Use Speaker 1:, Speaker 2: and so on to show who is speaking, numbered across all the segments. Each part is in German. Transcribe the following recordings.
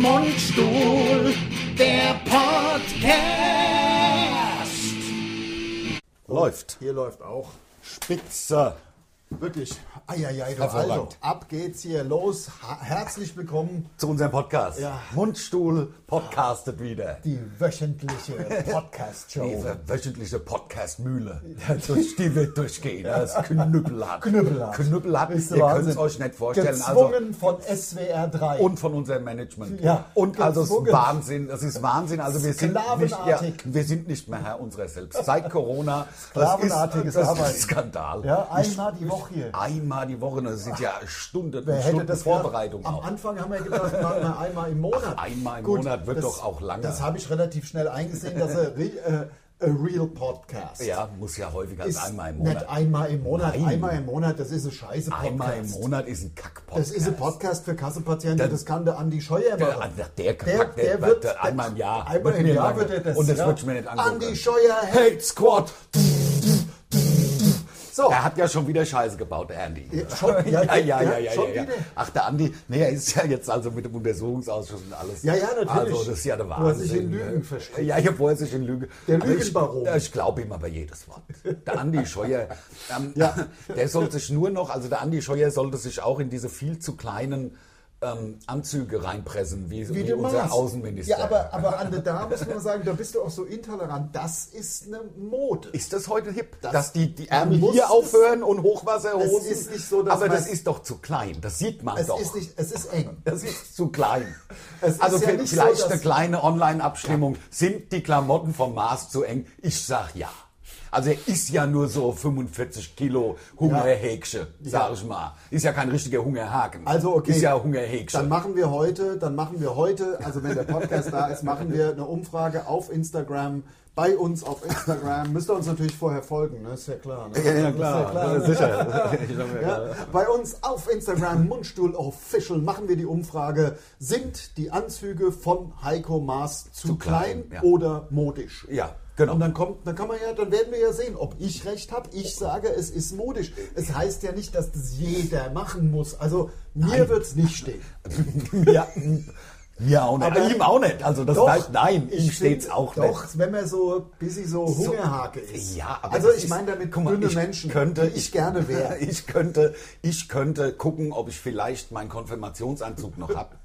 Speaker 1: Mundstuhl, der Podcast.
Speaker 2: Läuft.
Speaker 3: Hier läuft auch.
Speaker 2: Spitze.
Speaker 3: Wirklich. Eieiei, du
Speaker 2: Hervorragend.
Speaker 3: also, ab geht's hier los. Ha- Herzlich willkommen,
Speaker 2: Zu unserem Podcast.
Speaker 3: Ja.
Speaker 2: Mundstuhl podcastet wieder.
Speaker 3: die wöchentliche Podcast-Show.
Speaker 2: Diese wöchentliche Podcastmühle, durch die wir durchgehen. Das ist knüppelhart.
Speaker 3: Knüppelhart.
Speaker 2: Knüppelhart.
Speaker 3: Ist der
Speaker 2: Ihr könnt
Speaker 3: Wahnsinn.
Speaker 2: es euch nicht vorstellen. also
Speaker 3: Gezwungen von SWR 3.
Speaker 2: und von unserem Management.
Speaker 3: Ja,
Speaker 2: und also es ist
Speaker 3: gezwungen.
Speaker 2: Wahnsinn, es ist Wahnsinn. Also wir sind, nicht, ja,
Speaker 3: Sklavenartig.
Speaker 2: wir sind nicht mehr Herr unserer selbst. Seit Corona, das
Speaker 3: Sklavenartiges
Speaker 2: ist, das ist
Speaker 3: Arbeiten.
Speaker 2: ein Skandal.
Speaker 3: ja, einmal die Woche hier.
Speaker 2: Einmal die Woche, das sind ja Stunden,
Speaker 3: Wer hätte
Speaker 2: Stunden
Speaker 3: das gedacht?
Speaker 2: Vorbereitung
Speaker 3: Am
Speaker 2: auch.
Speaker 3: Anfang haben wir gedacht, machen wir einmal im Monat.
Speaker 2: einmal im Monat wird doch auch lange.
Speaker 3: Das habe ich relativ schnell eingesehen, dass er re, äh, a real Podcast
Speaker 2: Ja, muss ja häufiger als
Speaker 3: ist.
Speaker 2: einmal im Monat.
Speaker 3: Nicht einmal im Monat.
Speaker 2: Nein.
Speaker 3: Einmal im Monat, das ist ein scheiße Podcast.
Speaker 2: Einmal im Monat ist ein Kackpodcast.
Speaker 3: Das ist ein Podcast für Kassenpatienten, das kann der Andi Scheuer
Speaker 2: Der,
Speaker 3: machen.
Speaker 2: der, der,
Speaker 3: Der,
Speaker 2: packt-
Speaker 3: der wird
Speaker 2: der- einmal im Jahr.
Speaker 3: Einmal
Speaker 2: Wird
Speaker 3: im
Speaker 2: mir
Speaker 3: Jahr
Speaker 2: lange.
Speaker 3: wird er das.
Speaker 2: Und das
Speaker 3: ja.
Speaker 2: würde ich mir nicht angucken.
Speaker 3: Andi Scheuer. hey.
Speaker 2: Hate Squad.
Speaker 3: So,
Speaker 2: Er hat ja schon wieder Scheiße gebaut, der Andi.
Speaker 3: Ja, schon- ja,
Speaker 2: ja, ja,
Speaker 3: ja,
Speaker 2: ja, ja,
Speaker 3: schon
Speaker 2: ja, ja.
Speaker 3: wieder.
Speaker 2: Ach, der Andi, nee, er ist ja jetzt also mit dem Untersuchungsausschuss und alles.
Speaker 3: Ja, ja, natürlich.
Speaker 2: Also, das ist ja der
Speaker 3: Wo er
Speaker 2: Wahnsinn. ne?
Speaker 3: sich in Lügen versteckt.
Speaker 2: Ja, ja, wo er sich in Lüge.
Speaker 3: Der
Speaker 2: Aber ich-
Speaker 3: Lügenbaron.
Speaker 2: Ich, glaube ihm aber jedes Wort. Der Andi Scheuer, ähm, der soll sich nur noch, also der Andi Scheuer sollte sich auch in diese viel zu kleinen ähm, Anzüge reinpressen, wie, wie,
Speaker 3: du
Speaker 2: unser
Speaker 3: machst.
Speaker 2: Außenminister.
Speaker 3: Ja, aber, aber Ande, da muss man sagen, da bist du auch so intolerant. Das ist eine Mode.
Speaker 2: Ist das heute hip,
Speaker 3: Das-
Speaker 2: dass die, die
Speaker 3: man
Speaker 2: Ärmel
Speaker 3: muss
Speaker 2: hier
Speaker 3: es-
Speaker 2: aufhören und Hochwasserhosen?
Speaker 3: Es ist nicht so, dass
Speaker 2: aber
Speaker 3: man-
Speaker 2: das ist doch zu klein. Das sieht man
Speaker 3: es
Speaker 2: doch.
Speaker 3: ist nicht, es ist eng.
Speaker 2: das ist zu klein.
Speaker 3: Es
Speaker 2: also
Speaker 3: ist ja
Speaker 2: für-
Speaker 3: nicht so,
Speaker 2: vielleicht
Speaker 3: dass-
Speaker 2: eine kleine Online-Abstimmung. Sind die Klamotten vom Mars zu eng? Ich sag ja. Also er ist ja nur so 45 Kilo Hungerhäksche, sag ich mal. Ist ja kein richtiger Hungerhaken.
Speaker 3: Also okay.
Speaker 2: Ist ja Hungerhäksche.
Speaker 3: Dann machen wir heute, dann machen wir heute, also wenn der Podcast da ist, machen wir eine Umfrage auf Instagram, bei uns auf Instagram. Müsst ihr uns natürlich vorher folgen, ne? Ist ja klar. Ne? Ist
Speaker 2: sicher.
Speaker 3: Ja, bei uns auf Instagram Mundstuhl Official machen wir die Umfrage, sind die Anzüge von Heiko Maas zu,
Speaker 2: Zu klein,
Speaker 3: klein,
Speaker 2: ja.
Speaker 3: oder modisch?
Speaker 2: Ja, genau.
Speaker 3: Und dann kommt, dann kann man ja, dann werden wir ja sehen, ob ich recht habe. Ich sage, es ist modisch. Es heißt ja nicht, dass das jeder machen muss. Also mir wird es nicht stehen.
Speaker 2: ja, ja, und
Speaker 3: Aber-
Speaker 2: ihm auch nicht. Also das
Speaker 3: Doch,
Speaker 2: heißt, nein, ihm
Speaker 3: ich
Speaker 2: steht's
Speaker 3: find-
Speaker 2: auch nicht.
Speaker 3: Doch, wenn man so busy so Hungerhake ist.
Speaker 2: Ja, aber
Speaker 3: also
Speaker 2: das
Speaker 3: ich
Speaker 2: ist-
Speaker 3: meine damit
Speaker 2: guck mal,
Speaker 3: dünne
Speaker 2: ich
Speaker 3: Menschen,
Speaker 2: könnte,
Speaker 3: die ich gerne wäre.
Speaker 2: Ich könnte, ich könnte gucken, ob ich vielleicht meinen Konfirmationsanzug noch habe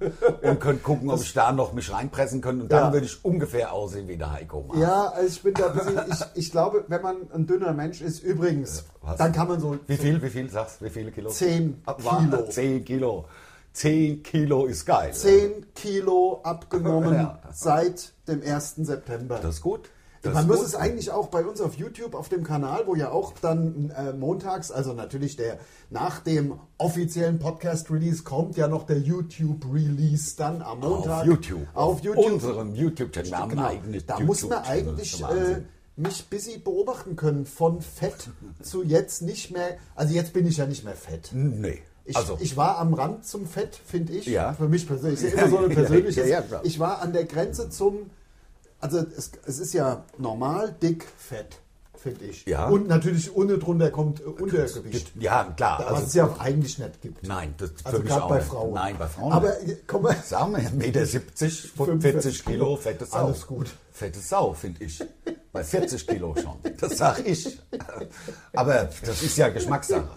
Speaker 2: und könnte gucken, ob ich da noch mich reinpressen könnte. Und dann
Speaker 3: Ja.
Speaker 2: würde ich ungefähr aussehen wie der Heiko Maas.
Speaker 3: Ja, also ich bin da ein bisschen, ich, ich glaube, wenn man ein dünner Mensch ist, übrigens,
Speaker 2: Was?
Speaker 3: dann kann man so
Speaker 2: Wie viel, wie viel sagst du? Wie viele Kilo?
Speaker 3: Zehn
Speaker 2: Ah, war-
Speaker 3: Kilo.
Speaker 2: Zehn Kilo. Zehn Kilo ist geil.
Speaker 3: 10 Kilo abgenommen
Speaker 2: Ja.
Speaker 3: seit dem 1. September.
Speaker 2: Das ist gut. Das
Speaker 3: man
Speaker 2: ist
Speaker 3: muss
Speaker 2: gut.
Speaker 3: es eigentlich auch bei uns auf YouTube, auf dem Kanal, wo ja auch dann äh, montags, also natürlich der nach dem offiziellen Podcast-Release kommt ja noch der YouTube-Release dann am Montag.
Speaker 2: auf YouTube.
Speaker 3: Auf YouTube.
Speaker 2: Unserem YouTube-Channel. Wir haben
Speaker 3: Genau.
Speaker 2: einen eigenen
Speaker 3: Da muss man
Speaker 2: YouTube-Channel. Das
Speaker 3: eigentlich
Speaker 2: ist
Speaker 3: äh,
Speaker 2: Wahnsinn.
Speaker 3: mich busy beobachten können. Von fett zu jetzt nicht mehr. Also jetzt bin ich ja nicht mehr fett.
Speaker 2: Nee.
Speaker 3: Ich,
Speaker 2: also,
Speaker 3: ich war am Rand zum Fett, finde ich.
Speaker 2: Ja.
Speaker 3: Für mich persönlich. Ist ja immer so eine
Speaker 2: Ja,
Speaker 3: persönliche.
Speaker 2: ja, ja, klar.
Speaker 3: ich war an der Grenze zum. Also es, es ist ja normal dick Fett, finde ich.
Speaker 2: Ja.
Speaker 3: Und natürlich ohne drunter kommt äh, Untergewicht.
Speaker 2: ja, klar.
Speaker 3: Was es ja eigentlich nicht gibt.
Speaker 2: Nein, das Also für
Speaker 3: Also
Speaker 2: mich
Speaker 3: gerade
Speaker 2: auch
Speaker 3: bei
Speaker 2: nicht.
Speaker 3: Frauen.
Speaker 2: Nein, bei Frauen.
Speaker 3: Aber
Speaker 2: nicht.
Speaker 3: äh, komm mal.
Speaker 2: sagen wir 1,70 Meter 70,
Speaker 3: 45
Speaker 2: 40 Kilo,
Speaker 3: Kilo,
Speaker 2: fette Sau.
Speaker 3: alles gut.
Speaker 2: Fette Sau, finde ich. Bei 40 Kilo schon. Das sag ich. Aber das ist ja Geschmackssache.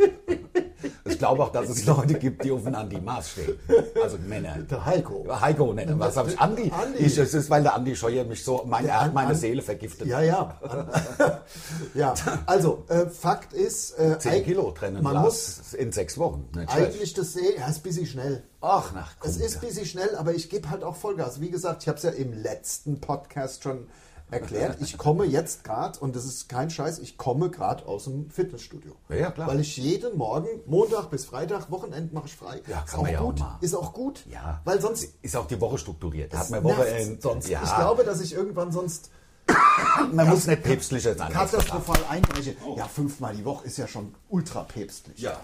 Speaker 2: Ich glaube auch, dass es Leute gibt, die auf den Andi Maas stehen. Also Männer.
Speaker 3: Der Heiko.
Speaker 2: Heiko, nicht. Was habe ich? Andi.
Speaker 3: Andi.
Speaker 2: Ich, es ist, weil der Andi Scheuer mich so, mein, er hat
Speaker 3: An-
Speaker 2: meine
Speaker 3: An-
Speaker 2: Seele vergiftet.
Speaker 3: Ja, ja. ja, also äh, Fakt ist, äh,
Speaker 2: 10
Speaker 3: eig-
Speaker 2: Kilo trennen
Speaker 3: man muss
Speaker 2: Lars in sechs Wochen. Nicht schlecht.
Speaker 3: eigentlich das sehen, ja, ist ein bisschen schnell.
Speaker 2: Ach, nach
Speaker 3: Es ist ein bisschen schnell, aber ich gebe halt auch Vollgas. Wie gesagt, ich habe es ja im letzten Podcast schon erklärt. Ich komme jetzt gerade, und das ist kein Scheiß, ich komme gerade aus dem Fitnessstudio.
Speaker 2: Ja, ja, klar.
Speaker 3: Weil ich jeden Morgen, Montag bis Freitag, Wochenend mache ich frei.
Speaker 2: Ja,
Speaker 3: ist
Speaker 2: kann man ja auch
Speaker 3: gut.
Speaker 2: mal.
Speaker 3: ist auch gut.
Speaker 2: Ja.
Speaker 3: Weil sonst
Speaker 2: ist auch die Woche strukturiert. Da Hat man
Speaker 3: nervt's
Speaker 2: Woche äh,
Speaker 3: sonst.
Speaker 2: Ja,
Speaker 3: Ich glaube, dass ich irgendwann sonst
Speaker 2: man muss nicht päpstlicher sein.
Speaker 3: katastrophal einbreche. Ja, fünfmal die Woche ist ja schon ultra päpstlich.
Speaker 2: Ja,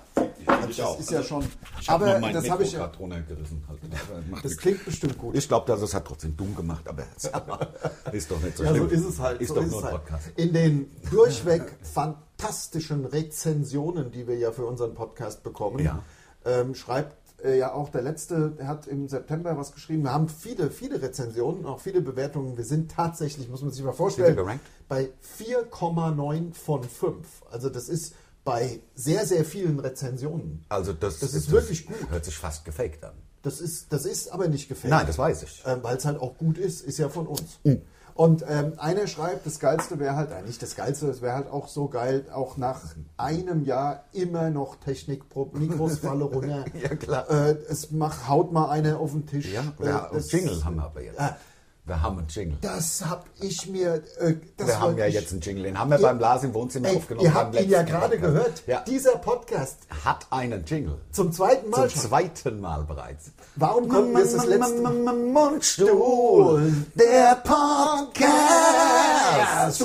Speaker 3: Also das ist ja schon. aber das habe ich ja.
Speaker 2: runtergerissen. Halt.
Speaker 3: Also, Das klingt bestimmt gut.
Speaker 2: ich glaube, dass es hat halt trotzdem dumm gemacht, aber sag mal, ist doch nicht so
Speaker 3: Ja, so
Speaker 2: schlimm.
Speaker 3: ist es halt.
Speaker 2: Ist
Speaker 3: so
Speaker 2: doch
Speaker 3: ist
Speaker 2: nur
Speaker 3: es
Speaker 2: ein
Speaker 3: halt.
Speaker 2: Podcast.
Speaker 3: In den durchweg fantastischen Rezensionen, die wir ja für unseren Podcast bekommen,
Speaker 2: Ja.
Speaker 3: ähm, schreibt äh, ja auch der letzte, der hat im September was geschrieben. Wir haben viele, viele Rezensionen, auch viele Bewertungen. Wir sind tatsächlich, muss man sich mal vorstellen,
Speaker 2: wir gerankt?
Speaker 3: bei 4,9 von 5. Also das ist bei sehr, sehr vielen Rezensionen.
Speaker 2: Also das,
Speaker 3: Das ist wirklich gut.
Speaker 2: Hört sich fast gefaked an.
Speaker 3: Das ist, das ist aber nicht gefällt.
Speaker 2: Nein, das weiß ich.
Speaker 3: Ähm, Weil es halt auch gut ist, ist ja von uns.
Speaker 2: Mm.
Speaker 3: Und ähm, einer schreibt, das Geilste wäre halt, äh, nicht das Geilste, es wäre halt auch so geil, auch nach einem Jahr immer noch Technik pro Mikrosfalle runter.
Speaker 2: Ja, klar.
Speaker 3: Äh, es macht, haut mal einer auf den Tisch.
Speaker 2: Ja,
Speaker 3: Äh,
Speaker 2: wir,
Speaker 3: das,
Speaker 2: Jingle haben wir aber jetzt.
Speaker 3: Ah.
Speaker 2: wir haben einen Jingle.
Speaker 3: Das hab ich mir. Äh, das
Speaker 2: wir haben
Speaker 3: wollte
Speaker 2: ja
Speaker 3: ich-
Speaker 2: jetzt einen Jingle. Den haben wir
Speaker 3: Ihr-
Speaker 2: beim Lars im Wohnzimmer
Speaker 3: Ey,
Speaker 2: aufgenommen.
Speaker 3: ihr
Speaker 2: beim
Speaker 3: habt ihn ja
Speaker 2: letzten
Speaker 3: gerade
Speaker 2: Podcast.
Speaker 3: gehört.
Speaker 2: Ja,
Speaker 3: Dieser Podcast
Speaker 2: hat einen Jingle.
Speaker 3: zum zweiten Mal.
Speaker 2: Zum Mm,
Speaker 3: schon.
Speaker 2: zweiten Mal bereits.
Speaker 3: Warum kommt mir jetzt das letzte
Speaker 2: Mundstuhl, der Podcast.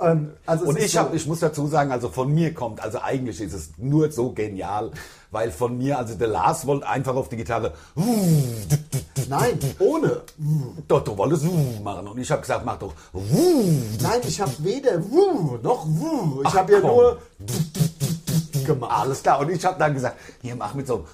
Speaker 3: Ähm, also es
Speaker 2: Und
Speaker 3: ist
Speaker 2: ich,
Speaker 3: so-
Speaker 2: hab, ich muss dazu sagen, also von mir kommt, also eigentlich ist es nur so genial, weil von mir, also der Lars wollte einfach auf die Gitarre
Speaker 3: Nein, ohne.
Speaker 2: Dotto wollte es machen und ich habe gesagt, mach doch
Speaker 3: Nein, ich habe weder wuh noch wuh. Ich
Speaker 2: Ach,
Speaker 3: habe ja
Speaker 2: komm.
Speaker 3: nur gemacht.
Speaker 2: alles klar. Und ich habe dann gesagt, hier mach mit so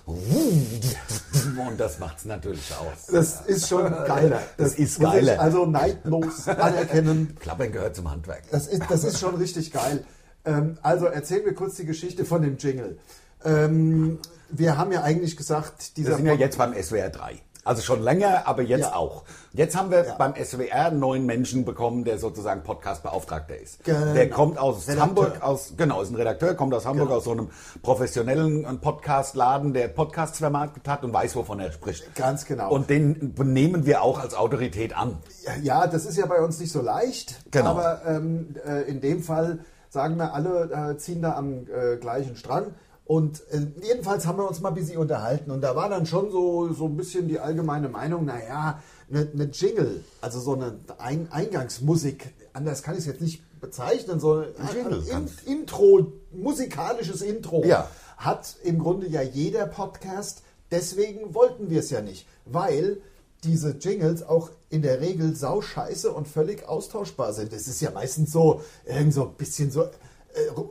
Speaker 2: und das macht's natürlich aus.
Speaker 3: Das ist schon geiler.
Speaker 2: Das ist
Speaker 3: muss ich
Speaker 2: geiler.
Speaker 3: Also neidlos anerkennen.
Speaker 2: Klappern gehört zum Handwerk.
Speaker 3: Das ist, das ist schon richtig geil. Ähm, also erzähl mir kurz die Geschichte von dem Jingle. Ähm, wir haben ja eigentlich gesagt,
Speaker 2: Wir
Speaker 3: dieser
Speaker 2: sind ja
Speaker 3: Pod-
Speaker 2: jetzt beim SWR 3. Also schon länger, aber jetzt
Speaker 3: Ja.
Speaker 2: auch. Jetzt haben wir
Speaker 3: Ja.
Speaker 2: beim SWR einen neuen Menschen bekommen, der sozusagen Podcast-Beauftragter ist.
Speaker 3: Genau.
Speaker 2: Der kommt aus
Speaker 3: Redakteur. Genau.
Speaker 2: Hamburg, aus, genau, ist ein Redakteur, kommt aus Hamburg, aus so einem professionellen äh, Podcast-Laden, der Podcasts vermarktet hat und weiß, wovon er spricht.
Speaker 3: Ganz genau.
Speaker 2: Und den nehmen wir auch als Autorität an.
Speaker 3: Ja, das ist ja bei uns nicht so leicht.
Speaker 2: Genau.
Speaker 3: Aber ähm, äh, in dem Fall sagen wir, alle äh, ziehen da am äh, gleichen Strang. Und äh, jedenfalls haben wir uns mal ein bisschen unterhalten. Und da war dann schon so, so ein bisschen die allgemeine Meinung, naja, eine ne Jingle, also so eine ein Eingangsmusik, anders kann ich es jetzt nicht bezeichnen, so ein,
Speaker 2: Jingle.
Speaker 3: ein In Intro, musikalisches Intro
Speaker 2: Ja.
Speaker 3: hat im Grunde ja jeder Podcast. Deswegen wollten wir es ja nicht, weil diese Jingles auch in der Regel sauscheiße und völlig austauschbar sind. Es ist ja meistens so, irgend so ein bisschen so, äh,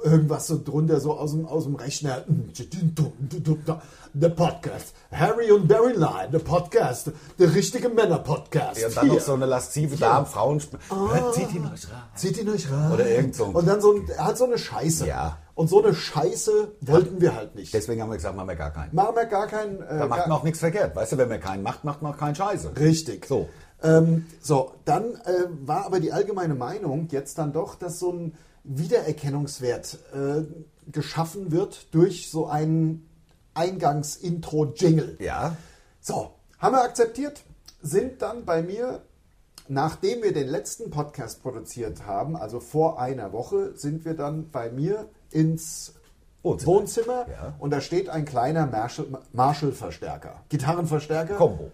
Speaker 3: irgendwas so drunter, so aus dem, aus dem Rechner. The Podcast. Harry und Line, The Podcast. Der richtige Männer-Podcast.
Speaker 2: Und dann
Speaker 3: Hier.
Speaker 2: noch so eine laszive Dame, Frauen,
Speaker 3: Ah.
Speaker 2: hört, zieht ihn euch rein.
Speaker 3: Zieht ihn euch rein.
Speaker 2: Oder irgend so ein-
Speaker 3: Und dann so ein, er hat so eine Scheiße.
Speaker 2: Ja.
Speaker 3: Und so eine Scheiße wollten wir halt nicht.
Speaker 2: Deswegen haben wir gesagt, machen wir gar keinen.
Speaker 3: Machen wir gar keinen. Äh,
Speaker 2: Da macht
Speaker 3: gar,
Speaker 2: man auch nichts verkehrt. Weißt du, wenn man keinen macht, macht man auch keinen Scheiße.
Speaker 3: Richtig.
Speaker 2: So.
Speaker 3: Ähm, so, dann äh, war aber die allgemeine Meinung jetzt dann doch, dass so ein Wiedererkennungswert äh, geschaffen wird durch so einen Eingangsintro-Jingle.
Speaker 2: Ja.
Speaker 3: So, haben wir akzeptiert, sind dann bei mir, nachdem wir den letzten Podcast produziert haben, also vor einer Woche, sind wir dann bei mir ins
Speaker 2: Wohnzimmer.
Speaker 3: Wohnzimmer,
Speaker 2: Ja.
Speaker 3: und da steht ein kleiner Marshall- Marshall-Verstärker, Gitarrenverstärker.
Speaker 2: Combo.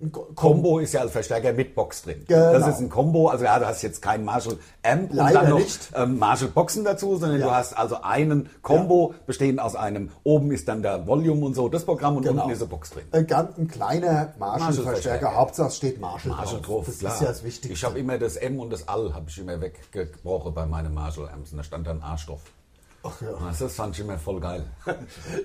Speaker 3: Ein Ko- Combo.
Speaker 2: Combo ist ja als Verstärker mit Box drin.
Speaker 3: Genau.
Speaker 2: Das ist ein Combo, also ja, du hast jetzt keinen Marshall Amp und
Speaker 3: Leider
Speaker 2: dann noch
Speaker 3: nicht.
Speaker 2: ähm, Marshall Boxen dazu, sondern
Speaker 3: Ja.
Speaker 2: du hast also einen Combo bestehend aus einem, oben ist dann der Volume und so, das Programm und
Speaker 3: Genau.
Speaker 2: unten ist eine Box drin.
Speaker 3: Ein, ganz, ein kleiner
Speaker 2: Marshall-Verstärker.
Speaker 3: Marshall-Verstärker. Hauptsache es steht Marshall,
Speaker 2: Marshall
Speaker 3: drauf.
Speaker 2: drauf,
Speaker 3: Genau. Das
Speaker 2: klar.
Speaker 3: ist ja das Wichtigste.
Speaker 2: Ich habe immer das M und das All habe ich immer weggebrochen bei meinen Marshall Amps und da stand dann A-Stoff.
Speaker 3: Ach ja.
Speaker 2: Weißt du, Das fand ich immer voll geil.
Speaker 3: ja,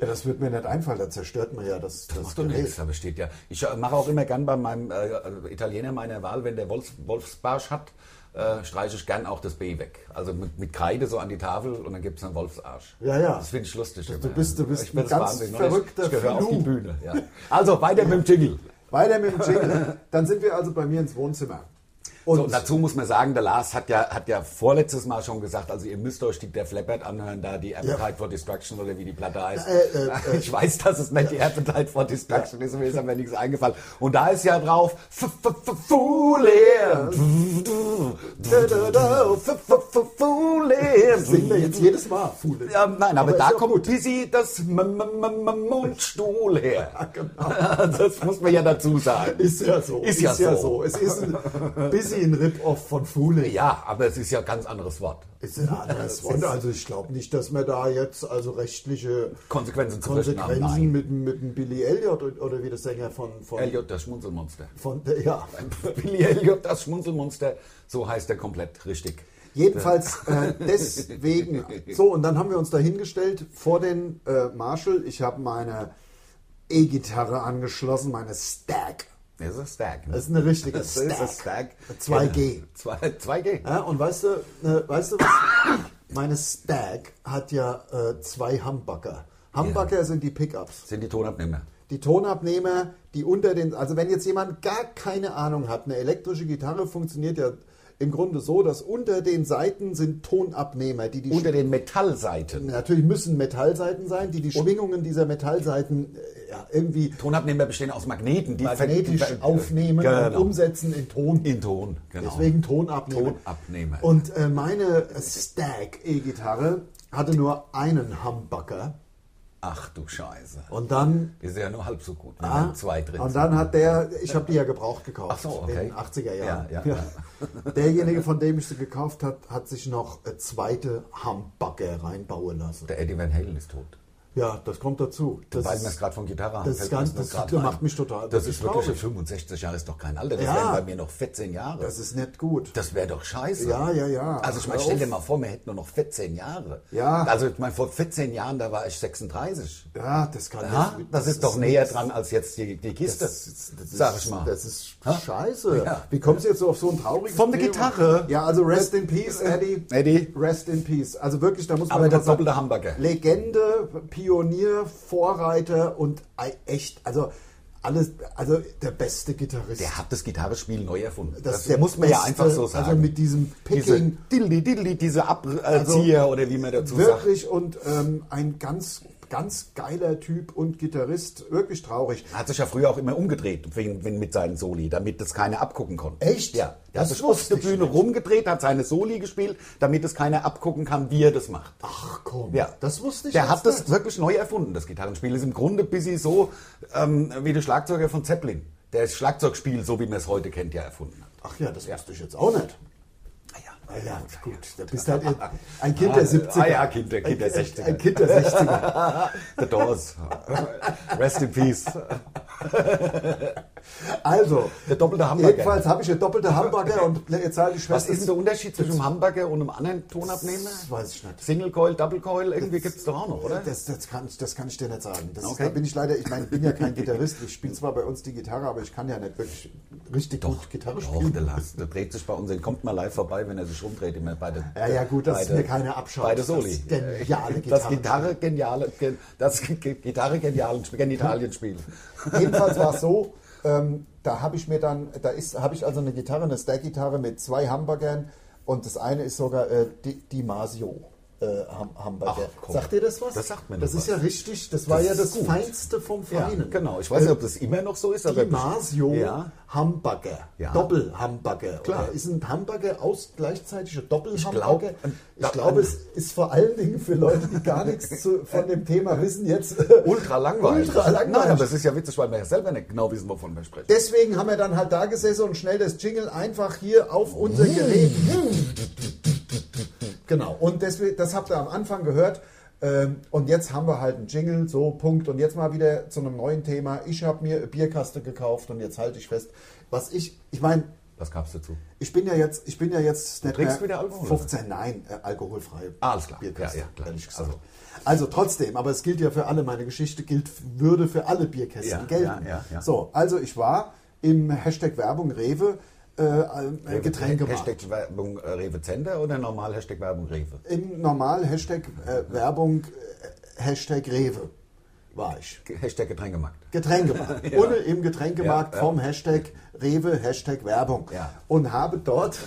Speaker 3: das wird mir nicht einfallen, da zerstört man ja das, das
Speaker 2: Macht doch nichts, aber steht ja. Ich äh, mache auch immer gern bei meinem äh, Italiener meiner Wahl, wenn der Wolfs, Wolfsbarsch hat, äh, streiche ich gern auch das B weg. Also mit, mit Kreide so an die Tafel und dann gibt es einen Wolfsarsch.
Speaker 3: Ja, ja.
Speaker 2: Das finde ich lustig.
Speaker 3: du bist- du bist
Speaker 2: ich bin
Speaker 3: ein
Speaker 2: das
Speaker 3: ganz
Speaker 2: Wahnsinn,
Speaker 3: verrückter
Speaker 2: Ich, ich gehöre auf die
Speaker 3: Flu.
Speaker 2: Bühne. Ja. Also weiter mit dem Jingle.
Speaker 3: Weiter mit dem Jingle. Dann sind wir also bei mir ins Wohnzimmer. Und
Speaker 2: So, und dazu muss man sagen, der Lars hat ja, hat ja vorletztes Mal schon gesagt, also ihr müsst euch die Def Leppard anhören, da die Appetite for Destruction oder wie die Platte heißt.
Speaker 3: Äh, äh, äh.
Speaker 2: ich weiß, dass es nicht die Appetite for Destruction ist, mir ist aber nichts eingefallen. Und da ist ja drauf, F- F- F- Fooling. F- F- F-
Speaker 3: singen wir
Speaker 2: Fooling.
Speaker 3: jetzt jedes Mal. Fuhle.
Speaker 2: Ja, nein, aber,
Speaker 3: ist
Speaker 2: da
Speaker 3: doch
Speaker 2: kommt Pissy das M M M M Mundstuhl her. Das muss man ja dazu sagen.
Speaker 3: Ist ja so.
Speaker 2: Ist ja so.
Speaker 3: Es ist ein bisschen ein Rip-Off von Fule.
Speaker 2: Ja, aber es ist ja ein ganz anderes Wort.
Speaker 3: Ist ein anderes Wort. Also ich glaube nicht, dass man da jetzt also rechtliche
Speaker 2: Konsequenzen zu fürchten haben,
Speaker 3: Konsequenzen
Speaker 2: Also nein.
Speaker 3: mit, dem- mit dem Billy Elliot und- oder wie der Sänger von, von,
Speaker 2: Elliot, das Schmunzelmonster.
Speaker 3: von der, ja.
Speaker 2: Billy Elliot, das Schmunzelmonster, so heißt er komplett richtig.
Speaker 3: Jedenfalls äh, deswegen. So, und dann haben wir uns da hingestellt vor den äh, Marshall. Ich habe meine E-Gitarre angeschlossen, meine Stack.
Speaker 2: Das ist ein Stack. ne?
Speaker 3: Das ist eine richtige
Speaker 2: Das ist ein
Speaker 3: Stack.
Speaker 2: Stack.
Speaker 3: 2G.
Speaker 2: Zwei- 2G.
Speaker 3: Ja, und weißt du, äh, weißt du was? Meine Stack hat ja äh, zwei Humbucker. Humbucker sind die Pickups.
Speaker 2: Sind die Tonabnehmer.
Speaker 3: Die Tonabnehmer, die unter den, also wenn jetzt jemand gar keine Ahnung hat, eine elektrische Gitarre funktioniert ja im Grunde so, dass unter den Seiten sind Tonabnehmer, die die
Speaker 2: Unter den Metallseiten.
Speaker 3: natürlich müssen Metallseiten sein, die die Schwingungen dieser Metallseiten äh, ja, irgendwie
Speaker 2: Tonabnehmer bestehen aus Magneten, die
Speaker 3: magnetisch
Speaker 2: ver- die ver-
Speaker 3: aufnehmen
Speaker 2: genau.
Speaker 3: und umsetzen in Ton.
Speaker 2: In Ton, genau.
Speaker 3: Deswegen Tonabnehmer.
Speaker 2: Tonabnehmer.
Speaker 3: Und äh, meine Stag E-Gitarre hatte nur einen Humbucker
Speaker 2: Ach du Scheiße.
Speaker 3: und dann
Speaker 2: Die sind ja nur halb so gut, wenn
Speaker 3: Ah,
Speaker 2: dann zwei drin
Speaker 3: Und
Speaker 2: sind.
Speaker 3: dann hat der, ich habe die ja gebraucht gekauft
Speaker 2: Ach so, okay.
Speaker 3: in den 80er Jahren.
Speaker 2: Ja, ja,
Speaker 3: Derjenige, von dem ich sie gekauft habe, hat sich noch eine zweite Humbucker reinbauen lassen.
Speaker 2: Der Eddie Van Halen ist tot.
Speaker 3: Ja, das kommt dazu. Das
Speaker 2: Weil wir es
Speaker 3: ist,
Speaker 2: gerade von Gitarre haben.
Speaker 3: das ist
Speaker 2: fällt
Speaker 3: ganz-
Speaker 2: mir nur
Speaker 3: das
Speaker 2: grad
Speaker 3: macht
Speaker 2: ein.
Speaker 3: mich
Speaker 2: Das,
Speaker 3: total- das ist
Speaker 2: ist wirklich,
Speaker 3: traurig.
Speaker 2: 65 Jahre ist doch kein Alter. Das
Speaker 3: Ja.
Speaker 2: wären bei mir noch 14 Jahre.
Speaker 3: das ist nicht gut.
Speaker 2: Das wäre doch scheiße.
Speaker 3: Ja, ja, ja.
Speaker 2: Also ich meine,
Speaker 3: Hör
Speaker 2: stell dir
Speaker 3: auf.
Speaker 2: mal vor, wir hätten nur noch 14 Jahre.
Speaker 3: Ja.
Speaker 2: Also ich meine, vor 14 Jahren, da war ich 36.
Speaker 3: ja, das kann
Speaker 2: Ja,
Speaker 3: nicht-
Speaker 2: das ist doch näher dran als jetzt die, die Kiste,
Speaker 3: Das, das
Speaker 2: sag
Speaker 3: ist,
Speaker 2: ich mal.
Speaker 3: Das ist
Speaker 2: Ha?
Speaker 3: scheiße.
Speaker 2: Ja.
Speaker 3: Wie kommst du jetzt so auf so ein trauriges
Speaker 2: Von der
Speaker 3: Thema?
Speaker 2: Gitarre. Äh,
Speaker 3: Ja, also rest in peace, Eddie.
Speaker 2: Eddie.
Speaker 3: Rest in peace. Also wirklich, da muss man...
Speaker 2: Aber der
Speaker 3: mal sagen,
Speaker 2: doppelte Hamburger.
Speaker 3: Legende, Pionier, Vorreiter und ei- echt, also alles, also der beste Gitarrist.
Speaker 2: Der hat das Gitarrespiel neu erfunden.
Speaker 3: Das
Speaker 2: Das,
Speaker 3: ist der
Speaker 2: muss man ja
Speaker 3: beste,
Speaker 2: einfach so sagen.
Speaker 3: also mit diesem
Speaker 2: diese
Speaker 3: Picking. Also
Speaker 2: Diddly Diddly, diese Abrezieher oder wie man dazu sagt.
Speaker 3: Wirklich und ähm, ein ganz, ganz geiler Typ und Gitarrist. Wirklich traurig.
Speaker 2: Hat sich ja früher auch immer umgedreht wegen, wegen, mit seinen Soli, damit das keiner abgucken konnte.
Speaker 3: Echt?
Speaker 2: Ja. Der
Speaker 3: Das
Speaker 2: hat sich auf
Speaker 3: wusste
Speaker 2: der
Speaker 3: ich
Speaker 2: Bühne
Speaker 3: nicht.
Speaker 2: rumgedreht, hat seine Soli gespielt, damit es keiner abgucken kann, wie er das macht.
Speaker 3: Ach komm,
Speaker 2: Ja.
Speaker 3: das wusste ich
Speaker 2: Der
Speaker 3: jetzt
Speaker 2: hat das
Speaker 3: nicht.
Speaker 2: wirklich neu erfunden, das Gitarrenspiel. Ist im Grunde ein bisschen so ähm, wie der Schlagzeuger von Zeppelin. Der das Schlagzeugspiel, so wie man es heute kennt, ja erfunden hat.
Speaker 3: Ach ja, das wusste ich jetzt auch nicht.
Speaker 2: Ah
Speaker 3: Ah ja, gut, da bist halt ein- ein Kind der
Speaker 2: Ah,
Speaker 3: 70er.
Speaker 2: ah ja, Kind der- Kind der
Speaker 3: Ein- ein-
Speaker 2: 60er.
Speaker 3: Ein Kind der 60er.
Speaker 2: The Doors. Rest in Peace.
Speaker 3: Also,
Speaker 2: Der doppelte Hamburger.
Speaker 3: Jedenfalls habe ich eine doppelte Hamburger und jetzt halt die Schwester.
Speaker 2: Was ist denn der Unterschied zwischen einem Hamburger und einem anderen Tonabnehmer?
Speaker 3: Das weiß ich nicht.
Speaker 2: Single Coil, Double Coil, irgendwie gibt es doch auch noch, oder?
Speaker 3: Das, das, kann, ich- das kann ich dir nicht sagen. Das
Speaker 2: Okay.
Speaker 3: ist, da bin ich leider, ich meine, ich bin ja kein Gitarrist. Ich spiele zwar bei uns die Gitarre, aber ich kann ja nicht wirklich richtig gut Gitarre
Speaker 2: Doch, der
Speaker 3: spielen.
Speaker 2: Lars, der dreht sich bei uns, der kommt mal live vorbei, wenn er sich rumdreht, immer bei der,
Speaker 3: Ja, ja, gut, dass
Speaker 2: bei
Speaker 3: es
Speaker 2: der-
Speaker 3: mir keiner abschaut.
Speaker 2: Bei der Soli.
Speaker 3: Das geniale
Speaker 2: Das
Speaker 3: Gitarre.
Speaker 2: Gitarre geniale, gen- das G- G- Gitarre genialen Genitalien spielen.
Speaker 3: Jedenfalls war es so, ähm, da habe ich mir dann, da ist, habe ich also eine Gitarre, eine Stack-Gitarre mit zwei Hamburgern und das eine ist sogar äh, Di- Dimasio. Äh, Ham- Hamburger.
Speaker 2: Ach, komm.
Speaker 3: sagt ihr das was?
Speaker 2: Das sagt mir
Speaker 3: Das
Speaker 2: noch
Speaker 3: ist
Speaker 2: was.
Speaker 3: ja richtig, das war ja
Speaker 2: ist
Speaker 3: das
Speaker 2: gut.
Speaker 3: Feinste vom
Speaker 2: Ja,
Speaker 3: Feinen.
Speaker 2: genau. Ich weiß nicht, ob das immer noch so ist, aber
Speaker 3: Dimasio
Speaker 2: Ja.
Speaker 3: Hamburger.
Speaker 2: Ja.
Speaker 3: Doppelhamburger.
Speaker 2: Klar.
Speaker 3: Oder Ist ein Hamburger aus gleichzeitig ein
Speaker 2: glaub,
Speaker 3: Doppelhamburger?
Speaker 2: ein
Speaker 3: ich glaube, es ist vor allen Dingen für Leute, die gar nichts zu, von dem Thema wissen, jetzt äh,
Speaker 2: ultra langweilig.
Speaker 3: Ultra langweilig.
Speaker 2: Nein, aber es ist ja witzig, weil wir ja selber nicht genau wissen, wovon wir sprechen.
Speaker 3: Deswegen haben wir dann halt da gesessen und schnell das Jingle einfach hier auf unser Gerät. Genau. Und deswegen, das habt ihr am Anfang gehört. Ähm, Und jetzt haben wir halt einen Jingle, so Punkt. Und jetzt mal wieder zu einem neuen Thema. Ich habe mir eine Bierkaste gekauft und jetzt halte ich fest, was ich, ich meine,
Speaker 2: Was gab's dazu?
Speaker 3: ich bin ja jetzt, ich bin ja jetzt nicht
Speaker 2: trinkst wieder Alkohol,
Speaker 3: 15, nein, äh, alkoholfrei.
Speaker 2: Ah, alles klar.
Speaker 3: Bierkaste,
Speaker 2: Ja, ja, klar.
Speaker 3: ehrlich gesagt. Also.
Speaker 2: Also.
Speaker 3: trotzdem, aber es gilt ja für alle. Meine Geschichte gilt, würde für alle Bierkästen
Speaker 2: Ja,
Speaker 3: gelten.
Speaker 2: ja, ja, ja.
Speaker 3: So, also ich war im Hashtag Werbung Rewe äh, äh, Getränkemarkt.
Speaker 2: Hashtag Werbung äh, Rewe Zender oder normal Hashtag Werbung Rewe?
Speaker 3: Im normal Hashtag äh, Werbung äh, Hashtag Rewe war ich.
Speaker 2: Hashtag Getränkemarkt.
Speaker 3: Getränkemarkt. Ohne im Getränkemarkt
Speaker 2: Ja, ja.
Speaker 3: vom Hashtag Rewe, Hashtag Werbung.
Speaker 2: Ja.
Speaker 3: Und habe dort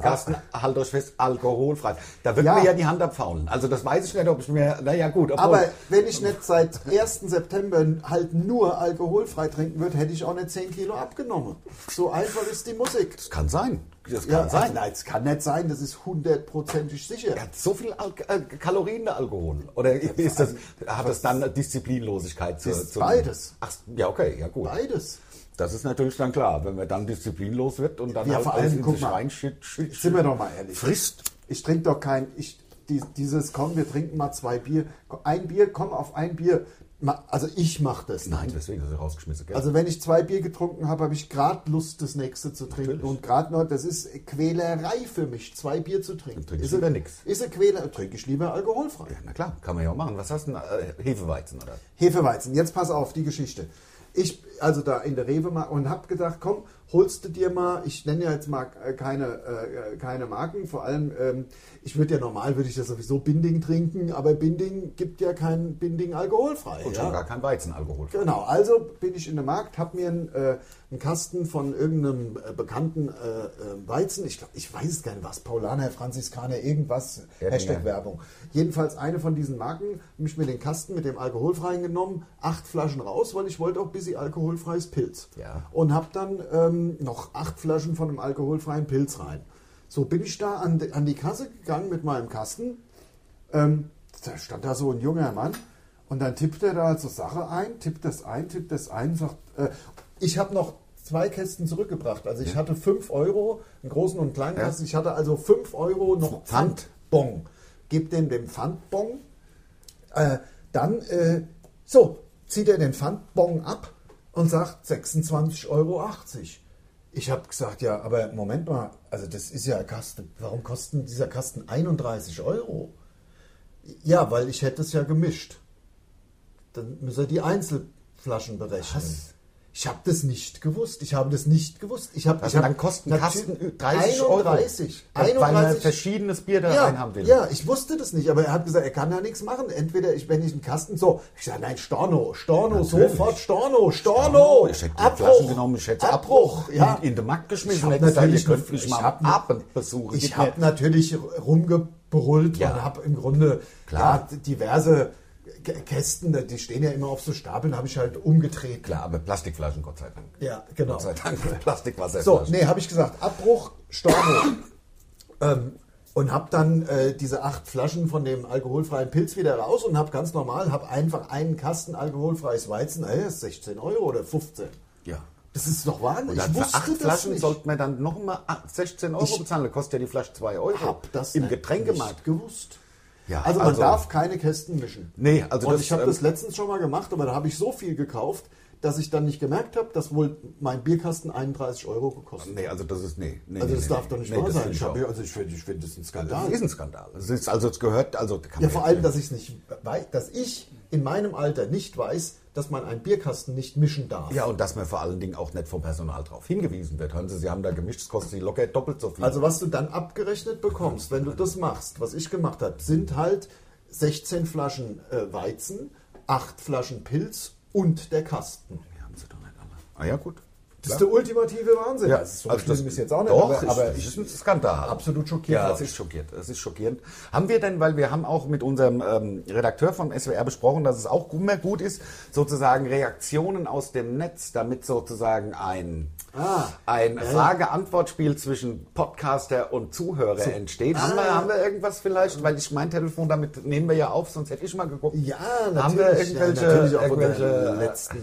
Speaker 2: Carsten, halt euch fest, alkoholfrei. Da wird
Speaker 3: Ja.
Speaker 2: mir ja die Hand abfaulen. Also das weiß ich nicht, ob ich mir, naja gut, obwohl,
Speaker 3: Aber wenn ich nicht seit 1. September halt nur alkoholfrei trinken würde, hätte ich auch nicht 10 Kilo abgenommen. So einfach ist die Musik.
Speaker 2: das kann sein. Das kann
Speaker 3: Ja, also,
Speaker 2: sein.
Speaker 3: Nein, es kann nicht sein, das ist hundertprozentig sicher.
Speaker 2: Er hat so viel Al äh, Kalorien der Alkohol. Oder ist das, hat das dann Disziplinlosigkeit zu,
Speaker 3: Ist
Speaker 2: zu
Speaker 3: beides.
Speaker 2: Ach, ja, okay, ja gut.
Speaker 3: Beides.
Speaker 2: Das ist natürlich dann klar, wenn man dann disziplinlos wird und dann
Speaker 3: Ja,
Speaker 2: halt
Speaker 3: vor
Speaker 2: alles
Speaker 3: allem,
Speaker 2: in
Speaker 3: guck
Speaker 2: sich
Speaker 3: mal.
Speaker 2: reinschütt- schütt-
Speaker 3: Sind wir doch mal ehrlich.
Speaker 2: frisst.
Speaker 3: Ich trinke doch kein. Ich, die, dieses, komm, wir trinken mal zwei Bier. Ein Bier, komm auf ein Bier. ma- also ich mache das. nicht.
Speaker 2: Nein, deswegen ist er rausgeschmissen. Gell?
Speaker 3: Also wenn ich zwei Bier getrunken habe, habe ich gerade Lust, das nächste zu trinken.
Speaker 2: Natürlich.
Speaker 3: Und gerade noch, das ist Quälerei für mich, zwei Bier zu trinken.
Speaker 2: Dann trinkst
Speaker 3: Ist
Speaker 2: du
Speaker 3: eine-
Speaker 2: lieber nix.
Speaker 3: Ist eine Quälerei, trinke ich lieber alkoholfrei.
Speaker 2: ja, na klar, kann man ja auch machen. Was hast du denn? Äh, Hefeweizen, oder?
Speaker 3: Hefeweizen. Jetzt pass auf, die Geschichte. Ich, also da in der Rewe mal und hab gedacht, komm, holst du dir mal, ich nenne ja jetzt mal äh, keine, äh, keine Marken, vor allem, ähm, ich würde ja normal, würde ich ja sowieso Binding trinken, aber Binding gibt ja kein Binding alkoholfrei.
Speaker 2: Und
Speaker 3: ja?
Speaker 2: schon gar kein Weizenalkohol.
Speaker 3: Genau, also bin ich in den Markt, habe mir einen, äh, einen Kasten von irgendeinem äh, bekannten äh, äh, Weizen, ich, glaub, ich weiß es gar nicht, was, Paulaner, Franziskaner, irgendwas,
Speaker 2: Erdinger.
Speaker 3: Hashtag Werbung. Jedenfalls eine von diesen Marken, mich mit den Kasten, mit dem alkoholfreien genommen, acht Flaschen raus, weil ich wollte auch ein bisschen alkoholfreies Pilz.
Speaker 2: Ja.
Speaker 3: Und habe dann ähm, noch acht Flaschen von einem alkoholfreien Pilz rein. So bin ich da an, die- an die Kasse gegangen mit meinem Kasten ähm, da stand da so ein junger Mann und dann tippt er da so Sache ein, tippt das ein, tippt das ein, sagt, äh, ich habe noch zwei Kästen zurückgebracht. Also ich hatte 5 Euro, einen großen und einen kleinen
Speaker 2: Ja.
Speaker 3: Kasten. Ich hatte also 5 Euro noch
Speaker 2: Pfand.
Speaker 3: Pfandbon. Gib dem den Pfandbon. Äh, dann, äh, so, zieht er den Pfandbon ab und sagt 26,80 Euro. Ich habe gesagt, ja, aber Moment mal, also das ist ja ein Kasten. Warum kostet dieser Kasten 31 Euro? Ja, weil ich hätte es ja gemischt. Dann müsst ihr die Einzelflaschen berechnen.
Speaker 2: Was?
Speaker 3: Ich habe das nicht gewusst. Ich habe das nicht gewusst. Ich habe,
Speaker 2: Was
Speaker 3: ich habe
Speaker 2: dann kosten
Speaker 3: Natu-
Speaker 2: Kasten 30 Euro.
Speaker 3: 31.
Speaker 2: Ja, Weil man
Speaker 3: 31.
Speaker 2: verschiedenes Bier da
Speaker 3: ja,
Speaker 2: rein haben will.
Speaker 3: ja, ich wusste das nicht, aber er hat gesagt, er kann da nichts machen. Entweder ich, wenn ich einen Kasten so, ich sage, nein, Storno, Storno,
Speaker 2: Natürlich.
Speaker 3: sofort Storno, Storno,
Speaker 2: Ich hätte die
Speaker 3: Abbruch,
Speaker 2: Flaschen genommen, ich hätte sie
Speaker 3: Abbruch, ja.
Speaker 2: in, in den Markt
Speaker 3: Ich
Speaker 2: geschmissen
Speaker 3: hab
Speaker 2: und hätte gesagt, ihr
Speaker 3: natürlich
Speaker 2: könnt
Speaker 3: eine-
Speaker 2: mich
Speaker 3: ich
Speaker 2: mal
Speaker 3: hab
Speaker 2: am
Speaker 3: eine-
Speaker 2: Abend besuchen.
Speaker 3: Ich
Speaker 2: Gib
Speaker 3: habe
Speaker 2: mir-
Speaker 3: natürlich rumgebrüllt
Speaker 2: Ja.
Speaker 3: und habe im Grunde
Speaker 2: Klar.
Speaker 3: Ja, diverse K- Kästen, die stehen ja immer auf so Stapeln, habe ich halt umgedreht.
Speaker 2: Klar, aber Plastikflaschen, Gott sei Dank.
Speaker 3: Ja, genau.
Speaker 2: Gott sei Dank, Plastikwasser.
Speaker 3: So, nee, habe ich gesagt, Abbruch, Storno. ähm, und habe dann äh, diese acht Flaschen von dem alkoholfreien Pilz wieder raus und habe ganz normal, habe einfach einen Kasten alkoholfreies Weizen, äh, das ist 16 Euro oder 15.
Speaker 2: Ja.
Speaker 3: Das ist doch Wahnsinn.
Speaker 2: Und dann für acht Flaschen sollte man dann nochmal 16 Euro bezahlen. Da kostet ja die Flasche 2 Euro.
Speaker 3: hab das
Speaker 2: Im
Speaker 3: nicht-
Speaker 2: Getränkemarkt.
Speaker 3: nicht gewusst.
Speaker 2: Ja,
Speaker 3: also man
Speaker 2: also-
Speaker 3: darf keine Kästen mischen.
Speaker 2: Nee, also
Speaker 3: und
Speaker 2: das,
Speaker 3: ich habe
Speaker 2: ähm,
Speaker 3: das letztens schon mal gemacht, aber da habe ich so viel gekauft, dass ich dann nicht gemerkt habe, dass wohl mein Bierkasten 31 Euro gekostet hat.
Speaker 2: Nee, also das ist, nee. nee
Speaker 3: Also
Speaker 2: nee,
Speaker 3: das
Speaker 2: nee,
Speaker 3: darf doch nicht
Speaker 2: nee,
Speaker 3: wahr
Speaker 2: das
Speaker 3: sein.
Speaker 2: finde
Speaker 3: Ich hab,
Speaker 2: auch.
Speaker 3: ja- also ich finde, ich find, das ist ein
Speaker 2: Das
Speaker 3: Skandal.
Speaker 2: ist ein Skandal. Es ist, also es gehört, also kann
Speaker 3: Ja,
Speaker 2: man
Speaker 3: vor allem, dass ich es nicht weiß, dass ich in meinem Alter nicht weiß, dass man einen Bierkasten nicht mischen darf.
Speaker 2: Ja, und dass man vor allen Dingen auch nicht vom Personal darauf hingewiesen wird. Hören Sie, Sie haben da gemischt, es kostet Sie locker doppelt so viel.
Speaker 3: Also was du dann abgerechnet bekommst, wenn du das machst, was ich gemacht habe, sind halt 16 Flaschen äh, Weizen, 8 Flaschen Pilz und der Kasten.
Speaker 2: Nee, haben Sie doch nicht alle. Ah ja, gut.
Speaker 3: Das ist
Speaker 2: Klar.
Speaker 3: der ultimative Wahnsinn.
Speaker 2: ja,
Speaker 3: also, so schlimm ist jetzt auch nicht,
Speaker 2: Doch,
Speaker 3: aber,
Speaker 2: ist-
Speaker 3: aber
Speaker 2: das ist ein Skandal.
Speaker 3: absolut schockiert,
Speaker 2: Ja, es
Speaker 3: was
Speaker 2: ist
Speaker 3: ich-
Speaker 2: schockiert. Es ist schockierend. Haben wir denn, weil wir haben auch mit unserem ähm, Redakteur vom SWR besprochen, dass es auch immer gut ist, sozusagen Reaktionen aus dem Netz, damit sozusagen ein,
Speaker 3: Ah,
Speaker 2: ein Frage-Antwort-Spiel zwischen Podcaster und Zuhörer entsteht. Haben, wir, haben wir irgendwas vielleicht? Weil ich mein Telefon damit nehmen wir ja auf, sonst hätte ich mal geguckt.
Speaker 3: ja, natürlich.
Speaker 2: Haben wir irgendwelche,
Speaker 3: ja, natürlich auch
Speaker 2: irgendwelche
Speaker 3: irgendwelche letzten.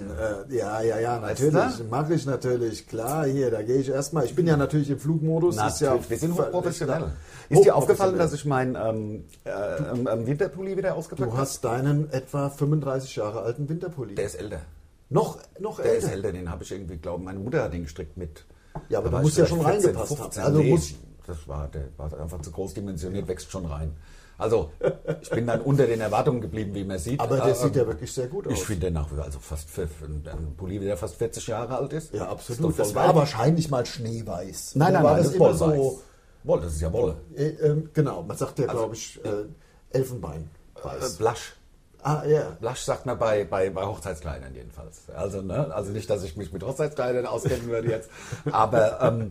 Speaker 3: Äh, ja, ja, ja,
Speaker 2: Weißt
Speaker 3: natürlich.
Speaker 2: du? ne?
Speaker 3: Mache ich natürlich. Klar, hier, da gehe ich erstmal. Ich bin ja natürlich im Flugmodus. ist ja
Speaker 2: Natürlich, wir sind hochprofessionell.
Speaker 3: Hochprofessionell.
Speaker 2: Ist dir aufgefallen, dass ich meinen ähm, äh, ähm, ähm, Winterpulli wieder ausgepackt
Speaker 3: Du
Speaker 2: habe?
Speaker 3: hast deinen etwa 35 Jahre alten Winterpulli.
Speaker 2: Der ist älter.
Speaker 3: noch noch
Speaker 2: Der
Speaker 3: älter.
Speaker 2: ist älter, den habe ich irgendwie, glaube meine Mutter hat ihn gestrickt mit.
Speaker 3: Ja,
Speaker 2: da
Speaker 3: aber du
Speaker 2: war
Speaker 3: musst
Speaker 2: ich
Speaker 3: ja
Speaker 2: vielleicht
Speaker 3: schon reingepasst haben. Also
Speaker 2: Also nee,
Speaker 3: muss-
Speaker 2: das war, der war einfach zu groß dimensioniert, wächst schon rein. Also, ich bin dann unter den Erwartungen geblieben, wie man sieht.
Speaker 3: Aber der
Speaker 2: Ähm,
Speaker 3: sieht ja wirklich sehr gut aus.
Speaker 2: Ich finde den nach wie vor, also fast fünf, ein ein Pulli, der fast 40 Jahre alt ist.
Speaker 3: ja,
Speaker 2: Ist doch
Speaker 3: absolut.
Speaker 2: voll
Speaker 3: Das war
Speaker 2: geil.
Speaker 3: wahrscheinlich mal schneeweiß.
Speaker 2: Nein,
Speaker 3: Dann
Speaker 2: nein,
Speaker 3: war
Speaker 2: nein,
Speaker 3: das,
Speaker 2: das ist
Speaker 3: immer
Speaker 2: Wolle.
Speaker 3: so.
Speaker 2: Wolle, das ist ja Wolle.
Speaker 3: Äh, ähm, genau, man sagt ja, glaube ich, äh, Elfenbein.
Speaker 2: Also, Äh, Blasch.
Speaker 3: Ah, ja.
Speaker 2: Blasch sagt man bei, bei, bei Hochzeitskleidern jedenfalls. Also, ne? also nicht, dass ich mich mit Hochzeitskleidern auskennen würde jetzt. Aber ähm,